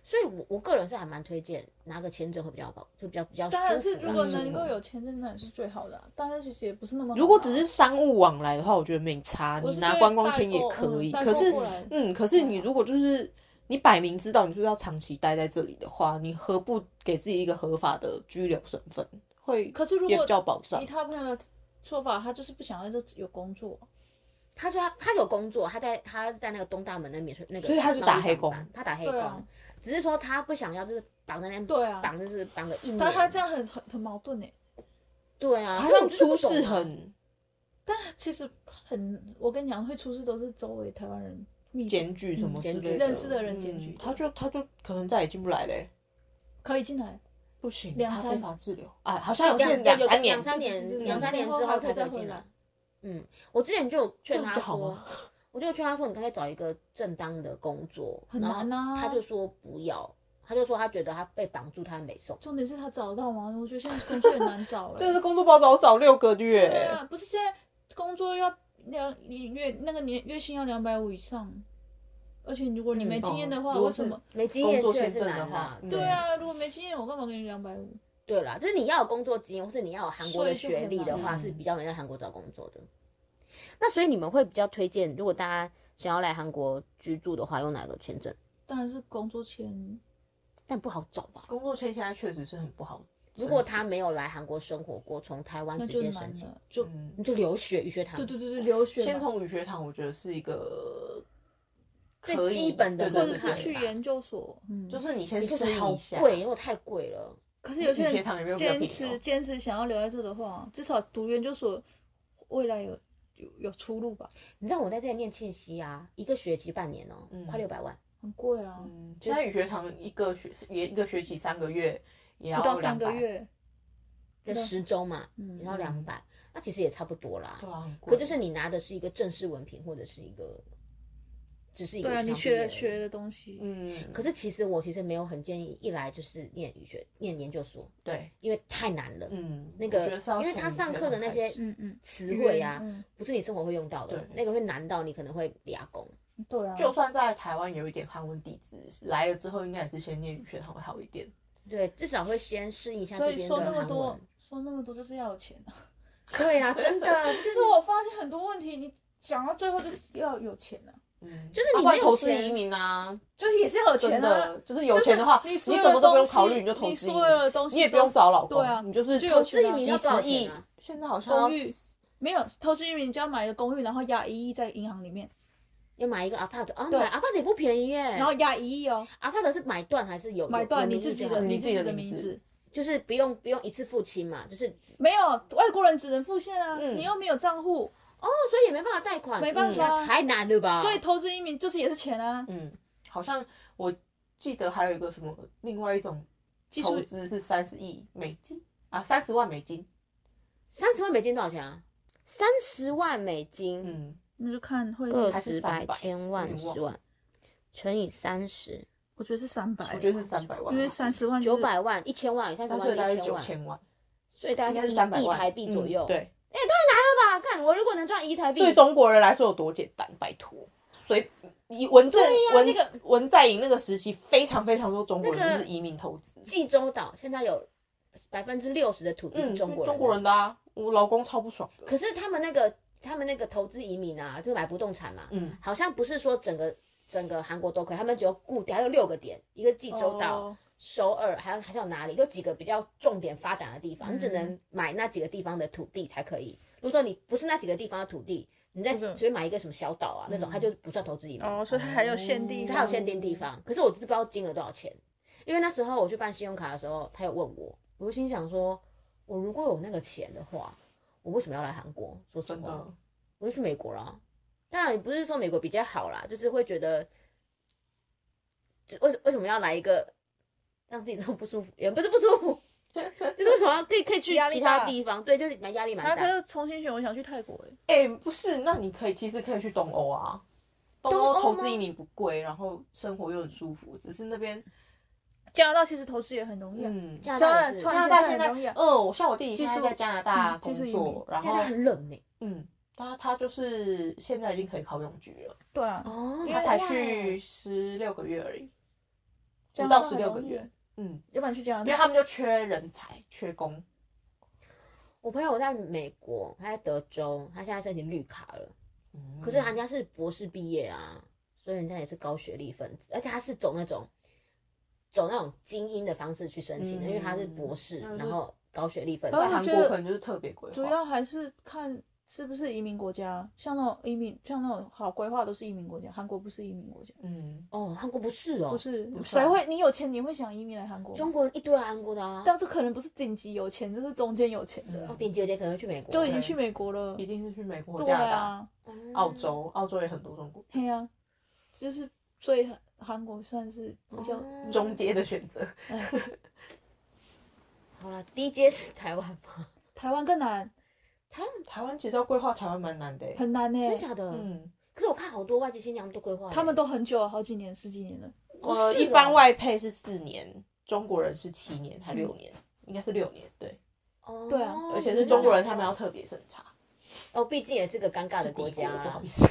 [SPEAKER 3] 所以我，我个人是还蛮推荐拿个签证会比较保，会比较比较舒服
[SPEAKER 4] 当
[SPEAKER 3] 啦。
[SPEAKER 4] 然是如果
[SPEAKER 5] 嗯
[SPEAKER 4] 能够有签证，那也是最好的啊、但是其实也不是那么好啊。
[SPEAKER 5] 如果只是商务往来的话，我觉得没差，
[SPEAKER 4] 我
[SPEAKER 5] 你
[SPEAKER 4] 是觉
[SPEAKER 5] 拿
[SPEAKER 4] 得
[SPEAKER 5] 观光
[SPEAKER 4] 代
[SPEAKER 5] 签也
[SPEAKER 4] 购
[SPEAKER 5] 可以。
[SPEAKER 4] 嗯代
[SPEAKER 5] 可
[SPEAKER 4] 购
[SPEAKER 5] 是
[SPEAKER 4] 过来
[SPEAKER 5] 嗯，可是你如果就是你摆明知道你就是要长期待在这里的话，你何不给自己一个合法的居留身份，会
[SPEAKER 4] 可是如
[SPEAKER 5] 也比
[SPEAKER 4] 果
[SPEAKER 5] 较保障
[SPEAKER 4] 以。他朋友的说法，他就是不想要这有工作，
[SPEAKER 3] 他说他他有工作，他在他在那个东大门那免税那个，
[SPEAKER 5] 所以他就打黑工，
[SPEAKER 3] 他打黑
[SPEAKER 4] 对
[SPEAKER 3] 工，
[SPEAKER 4] 啊
[SPEAKER 3] 只是说他不想要就是绑在那边，
[SPEAKER 4] 对啊
[SPEAKER 3] 绑就是绑个一年，
[SPEAKER 4] 但他这样很很很矛盾呢。欸
[SPEAKER 3] 对啊，
[SPEAKER 5] 他
[SPEAKER 3] 所以
[SPEAKER 5] 像
[SPEAKER 3] 我就是
[SPEAKER 5] 出
[SPEAKER 3] 不懂啊
[SPEAKER 5] 事，很
[SPEAKER 4] 但其实很，我跟你讲，会出事都是周围台湾人密
[SPEAKER 5] 检举什么
[SPEAKER 3] 嗯
[SPEAKER 5] 之
[SPEAKER 3] 检举
[SPEAKER 5] 类
[SPEAKER 4] 认识的人检举
[SPEAKER 5] 嗯他就他就可能再也进不来嘞、
[SPEAKER 4] 可以进来，
[SPEAKER 5] 不行，
[SPEAKER 4] 两
[SPEAKER 5] 他
[SPEAKER 4] 三
[SPEAKER 5] 非法滞留啊，好像有限
[SPEAKER 3] 两
[SPEAKER 5] 三年
[SPEAKER 3] 两，三
[SPEAKER 4] 对对
[SPEAKER 3] 年
[SPEAKER 4] 对
[SPEAKER 3] 两三年之后才
[SPEAKER 4] 两三年后还会再
[SPEAKER 3] 会
[SPEAKER 4] 回
[SPEAKER 3] 进
[SPEAKER 4] 来
[SPEAKER 3] 来。嗯，我之前就有
[SPEAKER 5] 这
[SPEAKER 3] 劝
[SPEAKER 5] 样
[SPEAKER 3] 他
[SPEAKER 5] 就好
[SPEAKER 3] 说
[SPEAKER 5] 吗，？
[SPEAKER 3] 我就劝他说，你干脆找一个正当的工作，
[SPEAKER 4] 很
[SPEAKER 3] 然后
[SPEAKER 4] 难啊
[SPEAKER 3] 他就说不要，他就说他觉得他被绑住，他没送。
[SPEAKER 4] 重点是他找得到吗？我觉得现在工作也难找 哎、
[SPEAKER 5] 这是工作包找找六个
[SPEAKER 4] 对
[SPEAKER 5] 月，
[SPEAKER 4] 啊，不是现在工作要两你月那个年月薪要两百五以上，而且如果你
[SPEAKER 3] 嗯
[SPEAKER 4] 没经验的话，
[SPEAKER 5] 哦如果
[SPEAKER 4] 为什
[SPEAKER 5] 是
[SPEAKER 4] 么？
[SPEAKER 3] 没经验
[SPEAKER 5] 工作
[SPEAKER 3] 确实
[SPEAKER 5] 签
[SPEAKER 3] 是
[SPEAKER 5] 证的
[SPEAKER 3] 难啦
[SPEAKER 5] 话，嗯
[SPEAKER 4] 对啊，如果没经验，我干嘛给你两百五？
[SPEAKER 3] 对啦，就是你要有工作经验，或是你要有韩国的学历的话，
[SPEAKER 5] 所
[SPEAKER 3] 是
[SPEAKER 5] 以就很难
[SPEAKER 3] 比较能在韩国找工作的。那所以你们会比较推荐，如果大家想要来韩国居住的话，用哪个签证？
[SPEAKER 4] 当然是工作签，
[SPEAKER 3] 但不好找吧？
[SPEAKER 5] 工作签现在确实是很不好。
[SPEAKER 3] 如果他没有来韩国生活过，从台湾
[SPEAKER 4] 那
[SPEAKER 3] 直
[SPEAKER 4] 就
[SPEAKER 3] 接
[SPEAKER 4] 难
[SPEAKER 3] 申请，
[SPEAKER 4] 了，就、
[SPEAKER 5] 嗯
[SPEAKER 3] 你就留学语学堂
[SPEAKER 4] 对。对对对，留学嘛
[SPEAKER 5] 先从语学堂，我觉得是一个
[SPEAKER 3] 最
[SPEAKER 5] 可以
[SPEAKER 3] 基本的
[SPEAKER 5] 对
[SPEAKER 4] 或
[SPEAKER 5] 对
[SPEAKER 4] 者
[SPEAKER 5] 对
[SPEAKER 4] 是
[SPEAKER 5] 对
[SPEAKER 4] 去研究所，嗯，
[SPEAKER 5] 就是你先
[SPEAKER 3] 你
[SPEAKER 5] 适
[SPEAKER 3] 就是
[SPEAKER 5] 应
[SPEAKER 3] 好
[SPEAKER 5] 一下。
[SPEAKER 3] 贵，因为太贵了。
[SPEAKER 4] 可是有些
[SPEAKER 5] 语学堂也没
[SPEAKER 4] 人
[SPEAKER 5] 有比较便宜
[SPEAKER 4] 坚
[SPEAKER 5] 哦
[SPEAKER 4] 持坚持想要留在这的话，至少读研究所未来有有有出路吧？
[SPEAKER 3] 你知道我在这里念庆熙啊，一个学期半年哦、
[SPEAKER 5] 嗯
[SPEAKER 3] 快六百万。
[SPEAKER 4] 很贵啊，
[SPEAKER 5] 嗯，其他语学堂一个学也一个学期三个月，也要
[SPEAKER 4] 不到三
[SPEAKER 5] 200
[SPEAKER 4] 个，月，
[SPEAKER 3] 那
[SPEAKER 4] 对
[SPEAKER 3] 十周嘛，
[SPEAKER 4] 嗯
[SPEAKER 3] 然后两百，那其实也差不多啦。
[SPEAKER 5] 对啊，很贵
[SPEAKER 3] 可就是你拿的是一个正式文凭，或者是一个，只是一个
[SPEAKER 4] 对啊，
[SPEAKER 3] 学
[SPEAKER 4] 你
[SPEAKER 3] 长毕业
[SPEAKER 4] 学
[SPEAKER 3] 而已
[SPEAKER 4] 学的东西，
[SPEAKER 5] 嗯，
[SPEAKER 3] 可是其实我其实没有很建议一来就是念语学、念研究所，
[SPEAKER 5] 对，
[SPEAKER 3] 因为太难了。
[SPEAKER 5] 嗯，
[SPEAKER 3] 那个
[SPEAKER 5] 我觉得是要
[SPEAKER 3] 因为
[SPEAKER 5] 从
[SPEAKER 3] 他
[SPEAKER 5] 语
[SPEAKER 3] 上
[SPEAKER 5] 学
[SPEAKER 3] 课的
[SPEAKER 5] 堂
[SPEAKER 3] 那
[SPEAKER 5] 开
[SPEAKER 3] 些
[SPEAKER 5] 始
[SPEAKER 4] 嗯嗯，
[SPEAKER 3] 词汇啊，
[SPEAKER 4] 嗯
[SPEAKER 3] 不是你生活会用到的
[SPEAKER 5] 对，
[SPEAKER 3] 那个会难到你，可能会俩工。
[SPEAKER 4] 对啊，
[SPEAKER 5] 就算在台湾有一点韩文底子，来了之后应该也是先念语学堂会好一点。
[SPEAKER 3] 对，至少会先适应一下
[SPEAKER 4] 所
[SPEAKER 3] 这
[SPEAKER 4] 以
[SPEAKER 3] 边
[SPEAKER 4] 说那
[SPEAKER 3] 的
[SPEAKER 4] 么
[SPEAKER 3] 韩
[SPEAKER 4] 多
[SPEAKER 3] 文。，
[SPEAKER 4] 说那么多就是要有钱啊。
[SPEAKER 3] 对啊，真的，
[SPEAKER 4] 其实我发现很多问题，你讲到最后就是要有钱啊，
[SPEAKER 5] 嗯，
[SPEAKER 3] 就是
[SPEAKER 5] 啊
[SPEAKER 3] 你
[SPEAKER 5] 不然
[SPEAKER 3] 没有
[SPEAKER 5] 投资
[SPEAKER 3] 钱
[SPEAKER 5] 移民啊，
[SPEAKER 4] 就是也是要有
[SPEAKER 5] 真
[SPEAKER 4] 钱啊。
[SPEAKER 5] 的就是有钱的话，
[SPEAKER 4] 就是
[SPEAKER 5] 你
[SPEAKER 4] 你所有
[SPEAKER 5] 什么都不
[SPEAKER 4] 东
[SPEAKER 5] 用
[SPEAKER 4] 西
[SPEAKER 5] 考虑，你就投
[SPEAKER 4] 你
[SPEAKER 5] 资移
[SPEAKER 4] 所有的东
[SPEAKER 5] 民，
[SPEAKER 4] 西
[SPEAKER 5] 你也不
[SPEAKER 4] 都
[SPEAKER 5] 用找老公，
[SPEAKER 4] 对啊
[SPEAKER 5] 你就是
[SPEAKER 4] 就
[SPEAKER 3] 投
[SPEAKER 4] 有
[SPEAKER 3] 资移民
[SPEAKER 5] 几
[SPEAKER 3] 要
[SPEAKER 5] 十
[SPEAKER 3] 多少
[SPEAKER 5] 亿
[SPEAKER 3] 钱啊？，
[SPEAKER 5] 现在好像要
[SPEAKER 4] 公寓没有投资移民，你就要买一个公寓，然后压一亿在银行里面，
[SPEAKER 3] 要买一个 apart 啊，
[SPEAKER 4] 对
[SPEAKER 3] 买 apart 也不便宜耶。
[SPEAKER 4] 然后压一亿哦，
[SPEAKER 3] apart 是买断还是有
[SPEAKER 4] 买
[SPEAKER 3] 有有
[SPEAKER 4] 断你
[SPEAKER 3] 名义
[SPEAKER 4] 自己
[SPEAKER 3] 哎的
[SPEAKER 4] 的
[SPEAKER 3] 啊？
[SPEAKER 5] 你自
[SPEAKER 4] 自
[SPEAKER 5] 己的
[SPEAKER 4] 的
[SPEAKER 5] 名字
[SPEAKER 4] 字。
[SPEAKER 3] 就是不用不用一次付清嘛，就是哦，
[SPEAKER 4] 没有，外国人只能付现啊，
[SPEAKER 5] 嗯
[SPEAKER 4] 你又没有账户，
[SPEAKER 3] 所以也没办法贷款，
[SPEAKER 4] 没办
[SPEAKER 3] 嗯
[SPEAKER 4] 法啊
[SPEAKER 3] 太难了吧？
[SPEAKER 4] 所以投资移民就是也是钱啊，
[SPEAKER 5] 嗯，好像我记得还有一个什么，另外一种
[SPEAKER 4] 技术
[SPEAKER 5] 投资是三十亿美金啊，三十万美金，
[SPEAKER 3] 三十万美金多少钱啊？三十万美金，
[SPEAKER 5] 嗯，
[SPEAKER 4] 那就看会，
[SPEAKER 3] 个
[SPEAKER 5] 还
[SPEAKER 3] 十
[SPEAKER 5] 是
[SPEAKER 3] 百
[SPEAKER 5] 300
[SPEAKER 3] 千万
[SPEAKER 5] 有点忘
[SPEAKER 3] 十万乘以三十，
[SPEAKER 4] 我觉得是三百，
[SPEAKER 5] 我觉得是三百万，
[SPEAKER 4] 因为三，十万就
[SPEAKER 3] 九
[SPEAKER 4] 是，
[SPEAKER 3] 百万一千万，三十
[SPEAKER 5] 那
[SPEAKER 3] 万
[SPEAKER 5] 所以大
[SPEAKER 3] 一
[SPEAKER 5] 概是
[SPEAKER 3] 千
[SPEAKER 5] 九
[SPEAKER 3] 万，
[SPEAKER 5] 千万，
[SPEAKER 3] 所以大
[SPEAKER 5] 应
[SPEAKER 3] 概
[SPEAKER 5] 该是三百
[SPEAKER 3] 一亿
[SPEAKER 5] 万
[SPEAKER 3] 台币左右，
[SPEAKER 5] 嗯对，
[SPEAKER 3] 对吧？看我如果能赚一台币，
[SPEAKER 5] 对中国人来说有多简单，拜托，随以文正文
[SPEAKER 3] 那个
[SPEAKER 5] 文在寅那个时期，非常非常多中国
[SPEAKER 3] 那个
[SPEAKER 5] 人就是移民投资，
[SPEAKER 3] 济州岛现在有百分之六十的土地是
[SPEAKER 5] 嗯，
[SPEAKER 3] 中国人的，
[SPEAKER 5] 中国人的啊，我老公超不爽的，
[SPEAKER 3] 可是他们那个他们那个投资移民啊，就买不动产嘛，
[SPEAKER 5] 嗯，
[SPEAKER 3] 好像不是说整个整个韩国都可以，他们只有固定还有六个点，一个济州岛、
[SPEAKER 4] 哦
[SPEAKER 3] 首尔，还有还是有哪里，有几个比较重点发展的地方，
[SPEAKER 4] 嗯
[SPEAKER 3] 你只能买那几个地方的土地才可以。如果说你不是那几个地方的土地，你再
[SPEAKER 4] 不是
[SPEAKER 3] 随便买一个什么小岛啊、那种，它就不算投资移民，
[SPEAKER 4] 哦，所以它还有限定，哦
[SPEAKER 3] 它有限定地方。可是我只是不知道金额多少钱，因为那时候我去办信用卡的时候，他有问我，我就心想说，我如果有那个钱的话，我为什么要来韩国？说真
[SPEAKER 5] 真
[SPEAKER 3] 的，
[SPEAKER 5] 的，
[SPEAKER 3] 我就去美国啦。当然也不是说美国比较好啦，就是会觉得，就为为什么要来一个让自己这么不舒服，也不是不舒服， 就是为什么要可以可以去
[SPEAKER 4] 压力
[SPEAKER 3] 其
[SPEAKER 4] 大
[SPEAKER 3] 他地方？对，就是蛮压力蛮
[SPEAKER 4] 啊他可
[SPEAKER 3] 大。
[SPEAKER 4] 是重新选，我想去泰国哎，
[SPEAKER 5] 哎，不是，那你可以其实可以去东欧啊，东
[SPEAKER 3] 欧吗
[SPEAKER 5] 欧投资移民不贵，然后生活又很舒服，只是那边，
[SPEAKER 4] 加拿大其实投资也很容易啊，
[SPEAKER 5] 嗯，
[SPEAKER 3] 加拿大也是，
[SPEAKER 4] 加
[SPEAKER 5] 加
[SPEAKER 3] 加
[SPEAKER 5] 拿
[SPEAKER 4] 拿
[SPEAKER 5] 大
[SPEAKER 4] 大
[SPEAKER 5] 现
[SPEAKER 4] 现在
[SPEAKER 5] 在
[SPEAKER 4] 很容易，啊
[SPEAKER 5] 嗯，像我弟弟现在
[SPEAKER 4] 技术
[SPEAKER 5] 在加拿大
[SPEAKER 4] 嗯技术
[SPEAKER 5] 工
[SPEAKER 4] 移
[SPEAKER 5] 作
[SPEAKER 4] 民，
[SPEAKER 5] 然
[SPEAKER 3] 拿
[SPEAKER 5] 后
[SPEAKER 3] 大很冷呢。
[SPEAKER 5] 嗯，他他就是现在已经可以考永居了，
[SPEAKER 4] 对啊，
[SPEAKER 3] 哦，
[SPEAKER 5] 他才
[SPEAKER 3] 难怪
[SPEAKER 5] 去十六个月而已，
[SPEAKER 4] 加
[SPEAKER 5] 不
[SPEAKER 4] 拿
[SPEAKER 5] 到
[SPEAKER 4] 大
[SPEAKER 5] 十
[SPEAKER 4] 很
[SPEAKER 5] 六个
[SPEAKER 4] 容易哦
[SPEAKER 5] 月，嗯，
[SPEAKER 4] 要不然去加拿
[SPEAKER 5] 因为
[SPEAKER 4] 大，
[SPEAKER 5] 他们就缺人才、缺工，
[SPEAKER 3] 我朋友在美国，他在德州，他现在申请绿卡了。
[SPEAKER 5] 嗯
[SPEAKER 3] 可是人家是博士毕业啊，所以人家也是高学历分子，而且他是走那种走那种精英的方式去申请的，
[SPEAKER 5] 嗯
[SPEAKER 3] 因为他是博士，
[SPEAKER 5] 那就是
[SPEAKER 3] 然后高学历分子
[SPEAKER 5] 在。
[SPEAKER 4] 是
[SPEAKER 5] 韩国可能就是特别规
[SPEAKER 4] 主
[SPEAKER 5] 划，
[SPEAKER 4] 要还是看是不是移民国家，像那种移民，像那种好规划都是移民国家，韩国不是移民国家，
[SPEAKER 5] 嗯，
[SPEAKER 3] 哦，韩国不是哦，
[SPEAKER 4] 不是
[SPEAKER 5] 不是啊
[SPEAKER 4] 谁会你有钱你会想移民来韩国吗？
[SPEAKER 3] 中国人一堆来韩国的啊，
[SPEAKER 4] 但是可能不是顶级有钱，就是中间有钱的，
[SPEAKER 3] 哦，顶级有些可能会去美国，
[SPEAKER 4] 就已经去美国了
[SPEAKER 5] 嗯一。定是去美国、
[SPEAKER 4] 对
[SPEAKER 5] 加拿大、
[SPEAKER 4] 啊，
[SPEAKER 3] 嗯
[SPEAKER 5] 澳，洲，澳洲也很多中国，
[SPEAKER 4] 对啊，就是所以韩国算是比较哎
[SPEAKER 3] 哦
[SPEAKER 5] 中间的选择，
[SPEAKER 3] 好了，第一阶是台湾吗？
[SPEAKER 4] 台湾更难，
[SPEAKER 5] 台湾其实要规划台湾蛮难的欸，
[SPEAKER 4] 嗯很难呢、
[SPEAKER 3] 真假的？
[SPEAKER 5] 嗯，
[SPEAKER 3] 可是我看好多外籍新娘都规划了，
[SPEAKER 4] 他们都很久了，好几年、十几年了。
[SPEAKER 3] 哦
[SPEAKER 5] 呃，
[SPEAKER 3] 是
[SPEAKER 5] 一
[SPEAKER 3] 哦
[SPEAKER 5] 般外配是四年，中国人是七年还
[SPEAKER 4] 嗯
[SPEAKER 5] 六年，应该是六年，对，
[SPEAKER 3] 哦
[SPEAKER 4] 对啊
[SPEAKER 5] 而且是中国人，他们要特别审查，
[SPEAKER 3] 哦，毕竟也是个尴尬
[SPEAKER 5] 是
[SPEAKER 3] 的
[SPEAKER 5] 敌
[SPEAKER 3] 国
[SPEAKER 5] 国，
[SPEAKER 3] 家啊
[SPEAKER 5] 不
[SPEAKER 3] 啦
[SPEAKER 5] 好意。思，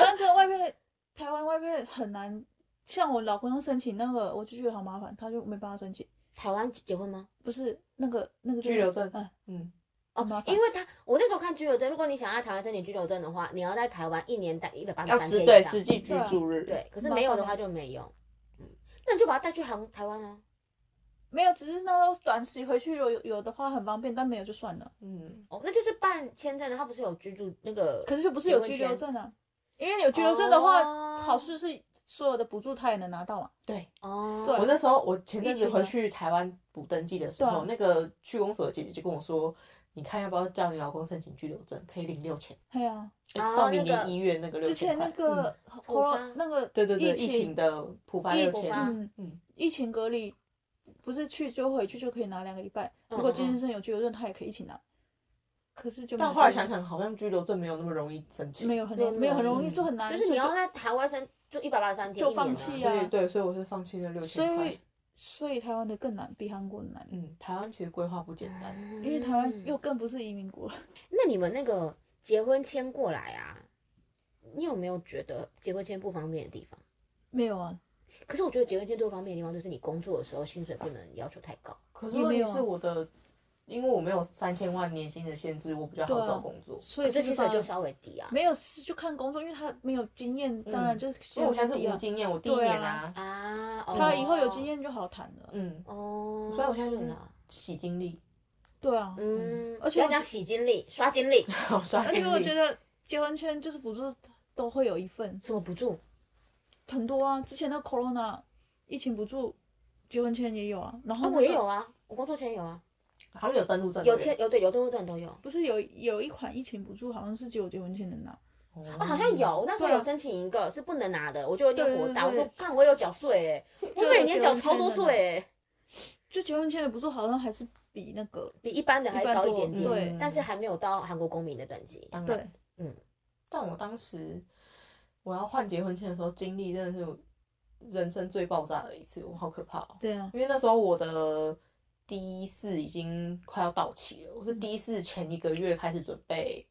[SPEAKER 4] 但真的外配，台湾外配很难。像我老公要申请那个，我就觉得好麻烦，他就没办法申请。
[SPEAKER 3] 台湾结婚吗？
[SPEAKER 4] 不是那个那个
[SPEAKER 5] 居留证
[SPEAKER 4] 嗯，
[SPEAKER 5] 嗯。
[SPEAKER 3] 哦
[SPEAKER 4] 很麻，烦
[SPEAKER 3] 因为他我那时候看居留证，如果你想要台湾申请居留证的话，你要在台湾一年待一百八
[SPEAKER 5] 要
[SPEAKER 3] 十三
[SPEAKER 5] 实
[SPEAKER 3] 天
[SPEAKER 5] 对
[SPEAKER 3] 以上
[SPEAKER 5] 实际居
[SPEAKER 4] 啊
[SPEAKER 5] 住日，
[SPEAKER 4] 嗯
[SPEAKER 3] 对，可是没有的话就没有。嗯，那你就把他带去韩台湾啊。
[SPEAKER 4] 没有，只是那时候短期回去有有有的话很方便，但没有就算了。
[SPEAKER 5] 嗯，
[SPEAKER 3] 哦，那就是办签证的，他不是有居住那个？
[SPEAKER 4] 可是就不是有居留证啊，因为有居留证的话，
[SPEAKER 3] 哦
[SPEAKER 4] 好处是所有的补助他也能拿到嘛。
[SPEAKER 5] 对
[SPEAKER 3] 哦，
[SPEAKER 4] 对啊
[SPEAKER 5] 我那时候我前阵子
[SPEAKER 4] 疫情啊
[SPEAKER 5] 回去台湾补登记的时
[SPEAKER 4] 啊
[SPEAKER 5] 候，那个区公所的姐姐就跟我说，你看要不要叫你老公申请居留证，可以领六千，
[SPEAKER 4] 对啊，
[SPEAKER 5] 哎
[SPEAKER 3] 哦
[SPEAKER 5] 到明
[SPEAKER 3] 那个
[SPEAKER 5] 年一月那个六
[SPEAKER 4] 之前
[SPEAKER 5] 千
[SPEAKER 4] 那
[SPEAKER 5] 块。嗯
[SPEAKER 4] 个
[SPEAKER 3] 浦发
[SPEAKER 4] corona- 那个
[SPEAKER 5] 对对对，疫
[SPEAKER 4] 疫
[SPEAKER 5] 情
[SPEAKER 4] 情
[SPEAKER 5] 的普发
[SPEAKER 4] 疫
[SPEAKER 5] 六
[SPEAKER 3] 普发
[SPEAKER 5] 千，
[SPEAKER 4] 嗯
[SPEAKER 5] 嗯
[SPEAKER 4] 嗯，疫情隔离不是去就回去就可以拿两个礼拜，
[SPEAKER 3] 嗯
[SPEAKER 4] 如果健身有居留证，他也可以一起拿。可是就没有
[SPEAKER 5] 但后来
[SPEAKER 4] 这个
[SPEAKER 5] 想想，好像居留证没有那么容易申请，
[SPEAKER 4] 没有很容易，没有很容易，
[SPEAKER 5] 嗯
[SPEAKER 4] 就很难，
[SPEAKER 3] 就是你要
[SPEAKER 4] 所以
[SPEAKER 3] 在台湾申就一百八十三天
[SPEAKER 4] 就
[SPEAKER 3] 一年啊
[SPEAKER 4] 放弃
[SPEAKER 5] 所以
[SPEAKER 4] 啊
[SPEAKER 5] 对，所以我是放弃那六
[SPEAKER 4] 所
[SPEAKER 5] 千块
[SPEAKER 4] 以。所以台湾的更难，比韩国难，
[SPEAKER 5] 嗯，台湾其实规划不简单，
[SPEAKER 3] 嗯
[SPEAKER 4] 因为台湾又更不是移民国了。
[SPEAKER 3] 那你们那个结婚签过来啊，你有没有觉得结婚签不方便的地方？
[SPEAKER 4] 没有啊，
[SPEAKER 3] 可是我觉得结婚签最不方便的地方就是你工作的时候薪水不能要求太高。
[SPEAKER 5] 可是
[SPEAKER 4] 也
[SPEAKER 5] 问
[SPEAKER 4] 没
[SPEAKER 5] 题
[SPEAKER 4] 有啊
[SPEAKER 5] 是我的，因为我没有三千万年薪的限制，我比较
[SPEAKER 4] 对
[SPEAKER 5] 好
[SPEAKER 4] 啊
[SPEAKER 5] 找工作。
[SPEAKER 4] 所
[SPEAKER 3] 可
[SPEAKER 4] 以
[SPEAKER 3] 是
[SPEAKER 4] 这
[SPEAKER 3] 薪
[SPEAKER 4] 地
[SPEAKER 3] 水
[SPEAKER 4] 方
[SPEAKER 3] 就稍微低啊。
[SPEAKER 4] 没有是就看工作，因为他没有经验，当然就是
[SPEAKER 5] 因为我现在是
[SPEAKER 4] 低啊
[SPEAKER 5] 无经验，我第一年啊，
[SPEAKER 3] 啊，哦
[SPEAKER 4] 他以后有经验就好谈了。
[SPEAKER 5] 嗯，
[SPEAKER 3] 哦，
[SPEAKER 5] 所以我现在就是
[SPEAKER 3] 啦
[SPEAKER 5] 洗经历，
[SPEAKER 4] 对啊，
[SPEAKER 3] 嗯，
[SPEAKER 4] 而且
[SPEAKER 3] 不要
[SPEAKER 4] 我
[SPEAKER 3] 讲洗经历、刷经历，
[SPEAKER 5] 我刷
[SPEAKER 4] 而
[SPEAKER 5] 经
[SPEAKER 4] 且我
[SPEAKER 5] 历
[SPEAKER 4] 觉得结婚签就是补助都会有一份，
[SPEAKER 3] 什么补助？
[SPEAKER 4] 很多啊。之前那 corona 疫情补助，结婚签也有啊。然后、
[SPEAKER 3] 啊，我也有，啊，我工作前有啊，
[SPEAKER 5] 好像有登录证，
[SPEAKER 3] 有
[SPEAKER 5] 对不对
[SPEAKER 3] 签有对有登录证都有。
[SPEAKER 4] 不是有有一款疫情补助，好像是只有结婚签能拿。
[SPEAKER 3] 哦，好像有，那时候
[SPEAKER 4] 对啊
[SPEAKER 3] 有申请一个是不能拿的，我就有点火大，我
[SPEAKER 4] 对对对
[SPEAKER 3] 说看我有缴税哎，我
[SPEAKER 4] 就
[SPEAKER 3] 每年
[SPEAKER 4] 结
[SPEAKER 3] 缴
[SPEAKER 4] 婚
[SPEAKER 3] 超
[SPEAKER 4] 签
[SPEAKER 3] 多
[SPEAKER 4] 的
[SPEAKER 3] 税哎，
[SPEAKER 4] 就结婚签的补助好像还是比那个
[SPEAKER 3] 比一般的还高一点
[SPEAKER 4] 一般多
[SPEAKER 3] 点，
[SPEAKER 4] 对
[SPEAKER 3] 但是还没有到韩国公民的等级。
[SPEAKER 5] 当然
[SPEAKER 4] 对，
[SPEAKER 5] 但我当时我要换结婚签的时候，经历真的是人生最爆炸的一次，我好可怕哦！
[SPEAKER 4] 对啊，
[SPEAKER 5] 因为那时候我的第一次已经快要到期了，我是第一次前一个月开始准备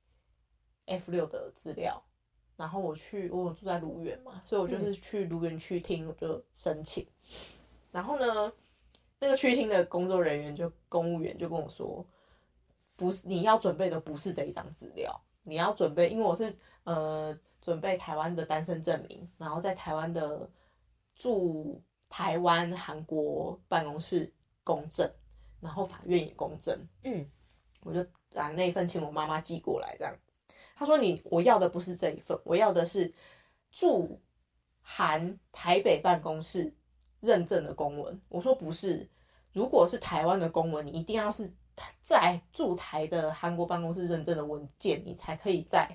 [SPEAKER 5] F 六的资料，然后我去我有住在卢园嘛，所以我就是去卢园区厅我就申请，然后呢，那个区厅的工作人员就公务员就跟我说，不是你要准备的不是这一张资料，你要准备，因为我是呃准备台湾的单身证明，然后在台湾的驻台湾韩国办公室公证，然后法院也公证，
[SPEAKER 3] 嗯，
[SPEAKER 5] 我就把那一份请我妈妈寄过来，这样。他说你我要的不是这一份，我要的是驻韩台北办公室认证的公文。我说不是，如果是台湾的公文，你一定要是在驻台的韩国办公室认证的文件，你才可以在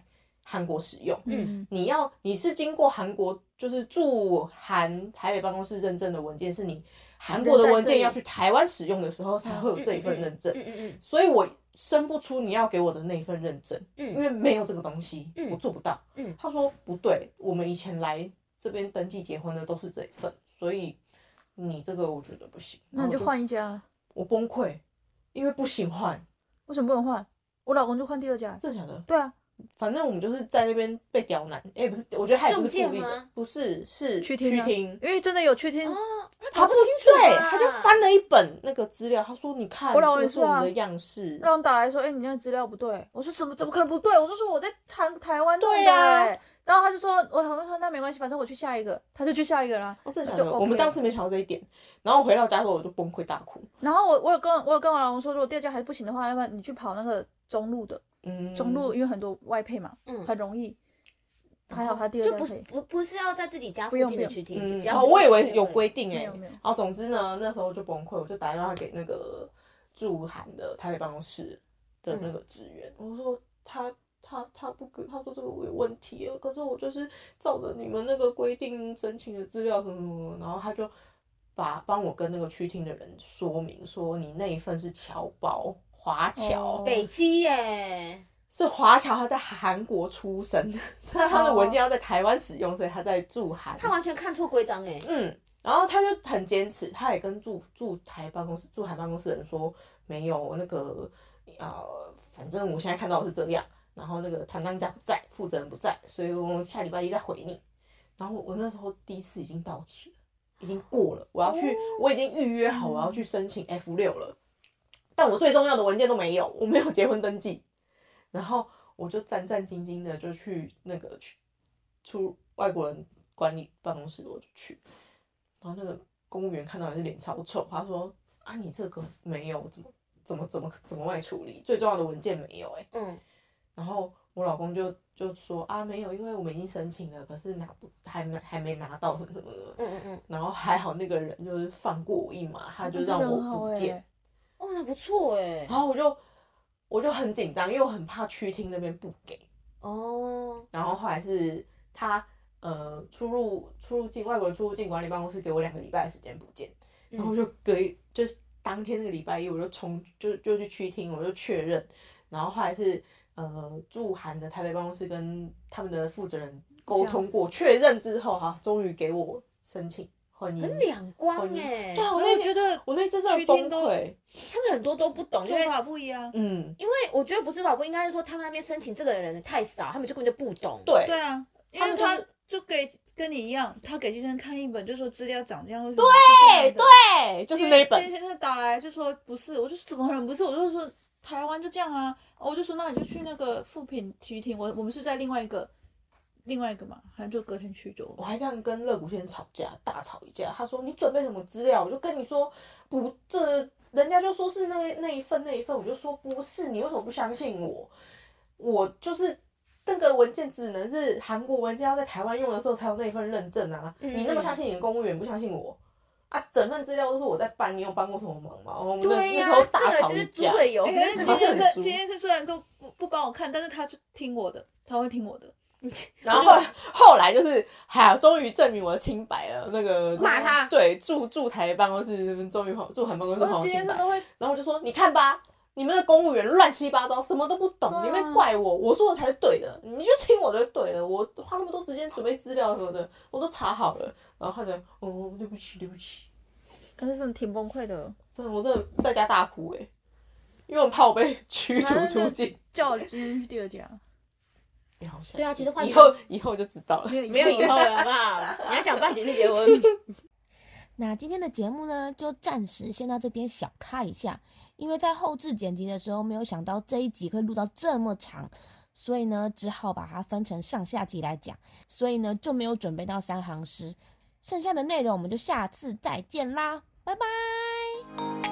[SPEAKER 5] 韩国使用。
[SPEAKER 3] 嗯
[SPEAKER 4] 嗯，
[SPEAKER 5] 你要你是经过韩国就是驻韩台北办公室认证的文件，是你韩国的文件要去台湾使用的时候才会有这一份认证。
[SPEAKER 3] 嗯嗯
[SPEAKER 5] 所以我生不出你要给我的那一份认证，
[SPEAKER 3] 嗯
[SPEAKER 5] 因为没有这个东西，
[SPEAKER 3] 嗯
[SPEAKER 5] 我做不到。
[SPEAKER 3] 嗯
[SPEAKER 5] 他说不对，我们以前来这边登记结婚的都是这一份，所以你这个我觉得不行。
[SPEAKER 4] 那你
[SPEAKER 5] 然
[SPEAKER 4] 就
[SPEAKER 5] 后我
[SPEAKER 4] 换一家，
[SPEAKER 5] 我崩溃，因为不行换，
[SPEAKER 4] 为什么不能换？我老公就换第二家。
[SPEAKER 5] 真的假的？
[SPEAKER 4] 对啊，
[SPEAKER 5] 反正我们就是在那边被刁难，哎、不是，我觉得他也不是
[SPEAKER 3] 中
[SPEAKER 5] 故意
[SPEAKER 3] 介
[SPEAKER 5] 的
[SPEAKER 3] 吗，
[SPEAKER 5] 不是，是
[SPEAKER 4] 去听
[SPEAKER 5] 听
[SPEAKER 4] 啊因为真的有确定
[SPEAKER 3] 嗯，，哦，
[SPEAKER 5] 他
[SPEAKER 3] 搞
[SPEAKER 5] 不
[SPEAKER 3] 不
[SPEAKER 5] 啊
[SPEAKER 3] 清楚啊
[SPEAKER 5] 对，
[SPEAKER 3] 嘛
[SPEAKER 5] 他就翻了一本那个资料，他说你看，
[SPEAKER 4] 我老
[SPEAKER 5] 这
[SPEAKER 4] 公
[SPEAKER 5] 个
[SPEAKER 4] 也
[SPEAKER 5] 是
[SPEAKER 4] 说
[SPEAKER 5] 我
[SPEAKER 4] 啊
[SPEAKER 5] 们的样式，
[SPEAKER 4] 让打来说，哎、你那资料不对。我说怎么怎么可能不对？我说是我在台台湾弄的、
[SPEAKER 5] 对啊
[SPEAKER 4] 哎然后他就说，我老公说那没关系，反正我去下一个，他就去下一个啦。
[SPEAKER 5] 哦，真的假
[SPEAKER 4] 就
[SPEAKER 5] 的？
[SPEAKER 4] OK
[SPEAKER 5] 我们当时没想到这一点，然后回到家之后我就崩溃大哭。
[SPEAKER 4] 然后我我有跟我有跟我老公说，如果第二家还不行的话，要不然你去跑那个中路的，
[SPEAKER 5] 嗯，
[SPEAKER 4] 中路因为很多外配嘛，
[SPEAKER 3] 嗯，
[SPEAKER 4] 很容易。还好他第二
[SPEAKER 3] 就
[SPEAKER 4] 家
[SPEAKER 3] 不
[SPEAKER 4] 可以，
[SPEAKER 3] 不不是要在自己家附
[SPEAKER 4] 不用
[SPEAKER 3] 近
[SPEAKER 4] 不
[SPEAKER 3] 的
[SPEAKER 4] 用
[SPEAKER 3] 区厅，
[SPEAKER 5] 嗯
[SPEAKER 3] 只，要
[SPEAKER 5] 哦，
[SPEAKER 3] 是
[SPEAKER 5] 我
[SPEAKER 3] 附
[SPEAKER 5] 以为
[SPEAKER 3] 近
[SPEAKER 5] 有
[SPEAKER 3] 就可以
[SPEAKER 5] 规定哎、
[SPEAKER 4] 没
[SPEAKER 5] 欸
[SPEAKER 4] 有没有，
[SPEAKER 5] 哦，总之呢，那时候就崩溃，我就打电话给那个驻韩的台北办公室的
[SPEAKER 4] 嗯
[SPEAKER 5] 那个职员，我说他他他不给，他说这个我有问题，可是我就是照着你们那个规定申请的资料什么什么什么，然后他就把帮我跟那个区厅的人说明说，你那一份是侨胞华侨。
[SPEAKER 4] 哦
[SPEAKER 3] 北七耶，
[SPEAKER 5] 是华侨，他在韩国出生，所以他的
[SPEAKER 4] 哦
[SPEAKER 5] 文件要在台湾使用，所以他在驻韩。
[SPEAKER 3] 他完全看错规章哎，
[SPEAKER 5] 嗯，然后他就很坚持，他也跟驻驻台办公室驻台办公室的人说，没有那个呃，反正我现在看到的是这样，然后那个唐当家不在，负责人不在，所以我下礼拜一再回你。然后我我那时候第一次已经到期了，已经过了，我要去，我已经预约好我要去申请 F 六了，但我最重要的文件都没有，我没有结婚登记，然后我就战战兢兢的就去那个去出外国人管理办公室，我就去，然后那个公务员看到也是脸超臭，他说啊你这个没有怎么怎么怎么怎么外处理，最重要的文件没有哎、欸
[SPEAKER 3] 嗯，
[SPEAKER 5] 然后我老公就就说啊没有，因为我们已经申请了，可是拿不还没还没拿到什么什么的，
[SPEAKER 3] 嗯嗯嗯，
[SPEAKER 5] 然后还好那个人就是放过我一马，他就让
[SPEAKER 4] 真的
[SPEAKER 5] 我
[SPEAKER 4] 很好
[SPEAKER 5] 不
[SPEAKER 4] 哎
[SPEAKER 5] 见。
[SPEAKER 3] 哦，那不错哎，
[SPEAKER 5] 然后我就我就很紧张，因为我很怕区厅那边不给。
[SPEAKER 3] 哦，
[SPEAKER 5] 然后后来是他呃出入出入境外国人出入境管理办公室给我两个礼拜的时间不见，然
[SPEAKER 3] 嗯
[SPEAKER 5] 后我就隔一就是当天那个礼拜一我就冲就就去区厅我就确认，然后后来是呃驻韩的台北办公室跟他们的负责人沟通过确认之后哈、终于给我申请婚姻。
[SPEAKER 3] 很两光
[SPEAKER 5] 婚姻
[SPEAKER 3] 哎，
[SPEAKER 5] 对啊，
[SPEAKER 4] 哦我
[SPEAKER 5] 我那
[SPEAKER 4] 觉
[SPEAKER 5] 天
[SPEAKER 4] 得
[SPEAKER 5] 我那次真的
[SPEAKER 4] 区
[SPEAKER 5] 崩
[SPEAKER 4] 厅都
[SPEAKER 5] 溃，
[SPEAKER 3] 他们很多都不懂，因
[SPEAKER 4] 做
[SPEAKER 3] 为
[SPEAKER 4] 法不一样。
[SPEAKER 5] 嗯，
[SPEAKER 3] 因为我觉得不是吧，不应该是说他们那边申请这个人太少，他们就根本就不懂。
[SPEAKER 5] 对，
[SPEAKER 4] 对啊，因
[SPEAKER 5] 他们
[SPEAKER 4] 为
[SPEAKER 5] 就
[SPEAKER 4] 他
[SPEAKER 5] 是
[SPEAKER 4] 就给跟你一样，他给先生看一本就说资料长这样，为什么是这样的？
[SPEAKER 5] 对，就是那一
[SPEAKER 4] 金
[SPEAKER 5] 本，
[SPEAKER 4] 先生打来就说不是，我就说怎么可能不是？我就说台湾就这样啊，我就说那你就去那个富平体育厅，我我们是在另外一个另外一个嘛，好像就隔天去就。
[SPEAKER 5] 我还这样跟乐谷先生吵架，大吵一架。他说你准备什么资料？我就跟你说不，这人家就说是那那一份那一份，我就说不是，你为什么不相信我？我就是那个文件只能是韩国文件要在台湾用的时候才有那一份认证啊！
[SPEAKER 3] 嗯
[SPEAKER 5] 你那么相信你的公务员，不相信我啊？整份资料都是我在办，你有帮过什么忙吗？我们那
[SPEAKER 3] 对
[SPEAKER 5] 那
[SPEAKER 3] 呀、
[SPEAKER 5] 时候
[SPEAKER 3] 这
[SPEAKER 5] 大
[SPEAKER 3] 个
[SPEAKER 5] 吵
[SPEAKER 3] 就
[SPEAKER 5] 一
[SPEAKER 3] 是猪
[SPEAKER 5] 架。
[SPEAKER 3] 队友，
[SPEAKER 4] 哎可是
[SPEAKER 3] 可是
[SPEAKER 5] 他
[SPEAKER 4] 金
[SPEAKER 5] 是
[SPEAKER 4] 先
[SPEAKER 5] 很
[SPEAKER 4] 生，金先生虽然都不不帮我看，但是他就听我的，他会听我的。
[SPEAKER 5] 然后后来后来就是，哎呀，终于证明我的清白了。那个
[SPEAKER 3] 骂他
[SPEAKER 5] 对驻驻台办公室终于还驻韩办公室
[SPEAKER 4] 然
[SPEAKER 5] 还
[SPEAKER 4] 后
[SPEAKER 5] 我
[SPEAKER 4] 金
[SPEAKER 5] 清
[SPEAKER 4] 先生
[SPEAKER 5] 白。
[SPEAKER 4] 都会，
[SPEAKER 5] 然后我就说，你看吧，你们的公务员乱七八糟，什么都不懂，
[SPEAKER 4] 对啊
[SPEAKER 5] 你们怪我，我说的才是对的，你就听我的就对了。我花那么多时间准备资料什么的，我都查好了。然后他讲，哦，对不起，对不起，
[SPEAKER 4] 可是真的挺崩溃的。
[SPEAKER 5] 真的，我真的在家大哭诶、因为我怕我被驱逐出境。
[SPEAKER 4] 叫我今天去第二家，
[SPEAKER 5] 你好像
[SPEAKER 3] 对啊其实换
[SPEAKER 5] 以后以后就知道了。
[SPEAKER 4] 没有以 后
[SPEAKER 3] 没有以后了，好不好？你还想办几次结婚？
[SPEAKER 6] 那今天的节目呢，就暂时先到这边小卡一下，因为在后置剪辑的时候，没有想到这一集会录到这么长，所以呢，只好把它分成上下集来讲，所以呢，就没有准备到三行诗，剩下的内容我们就下次再见啦，拜拜。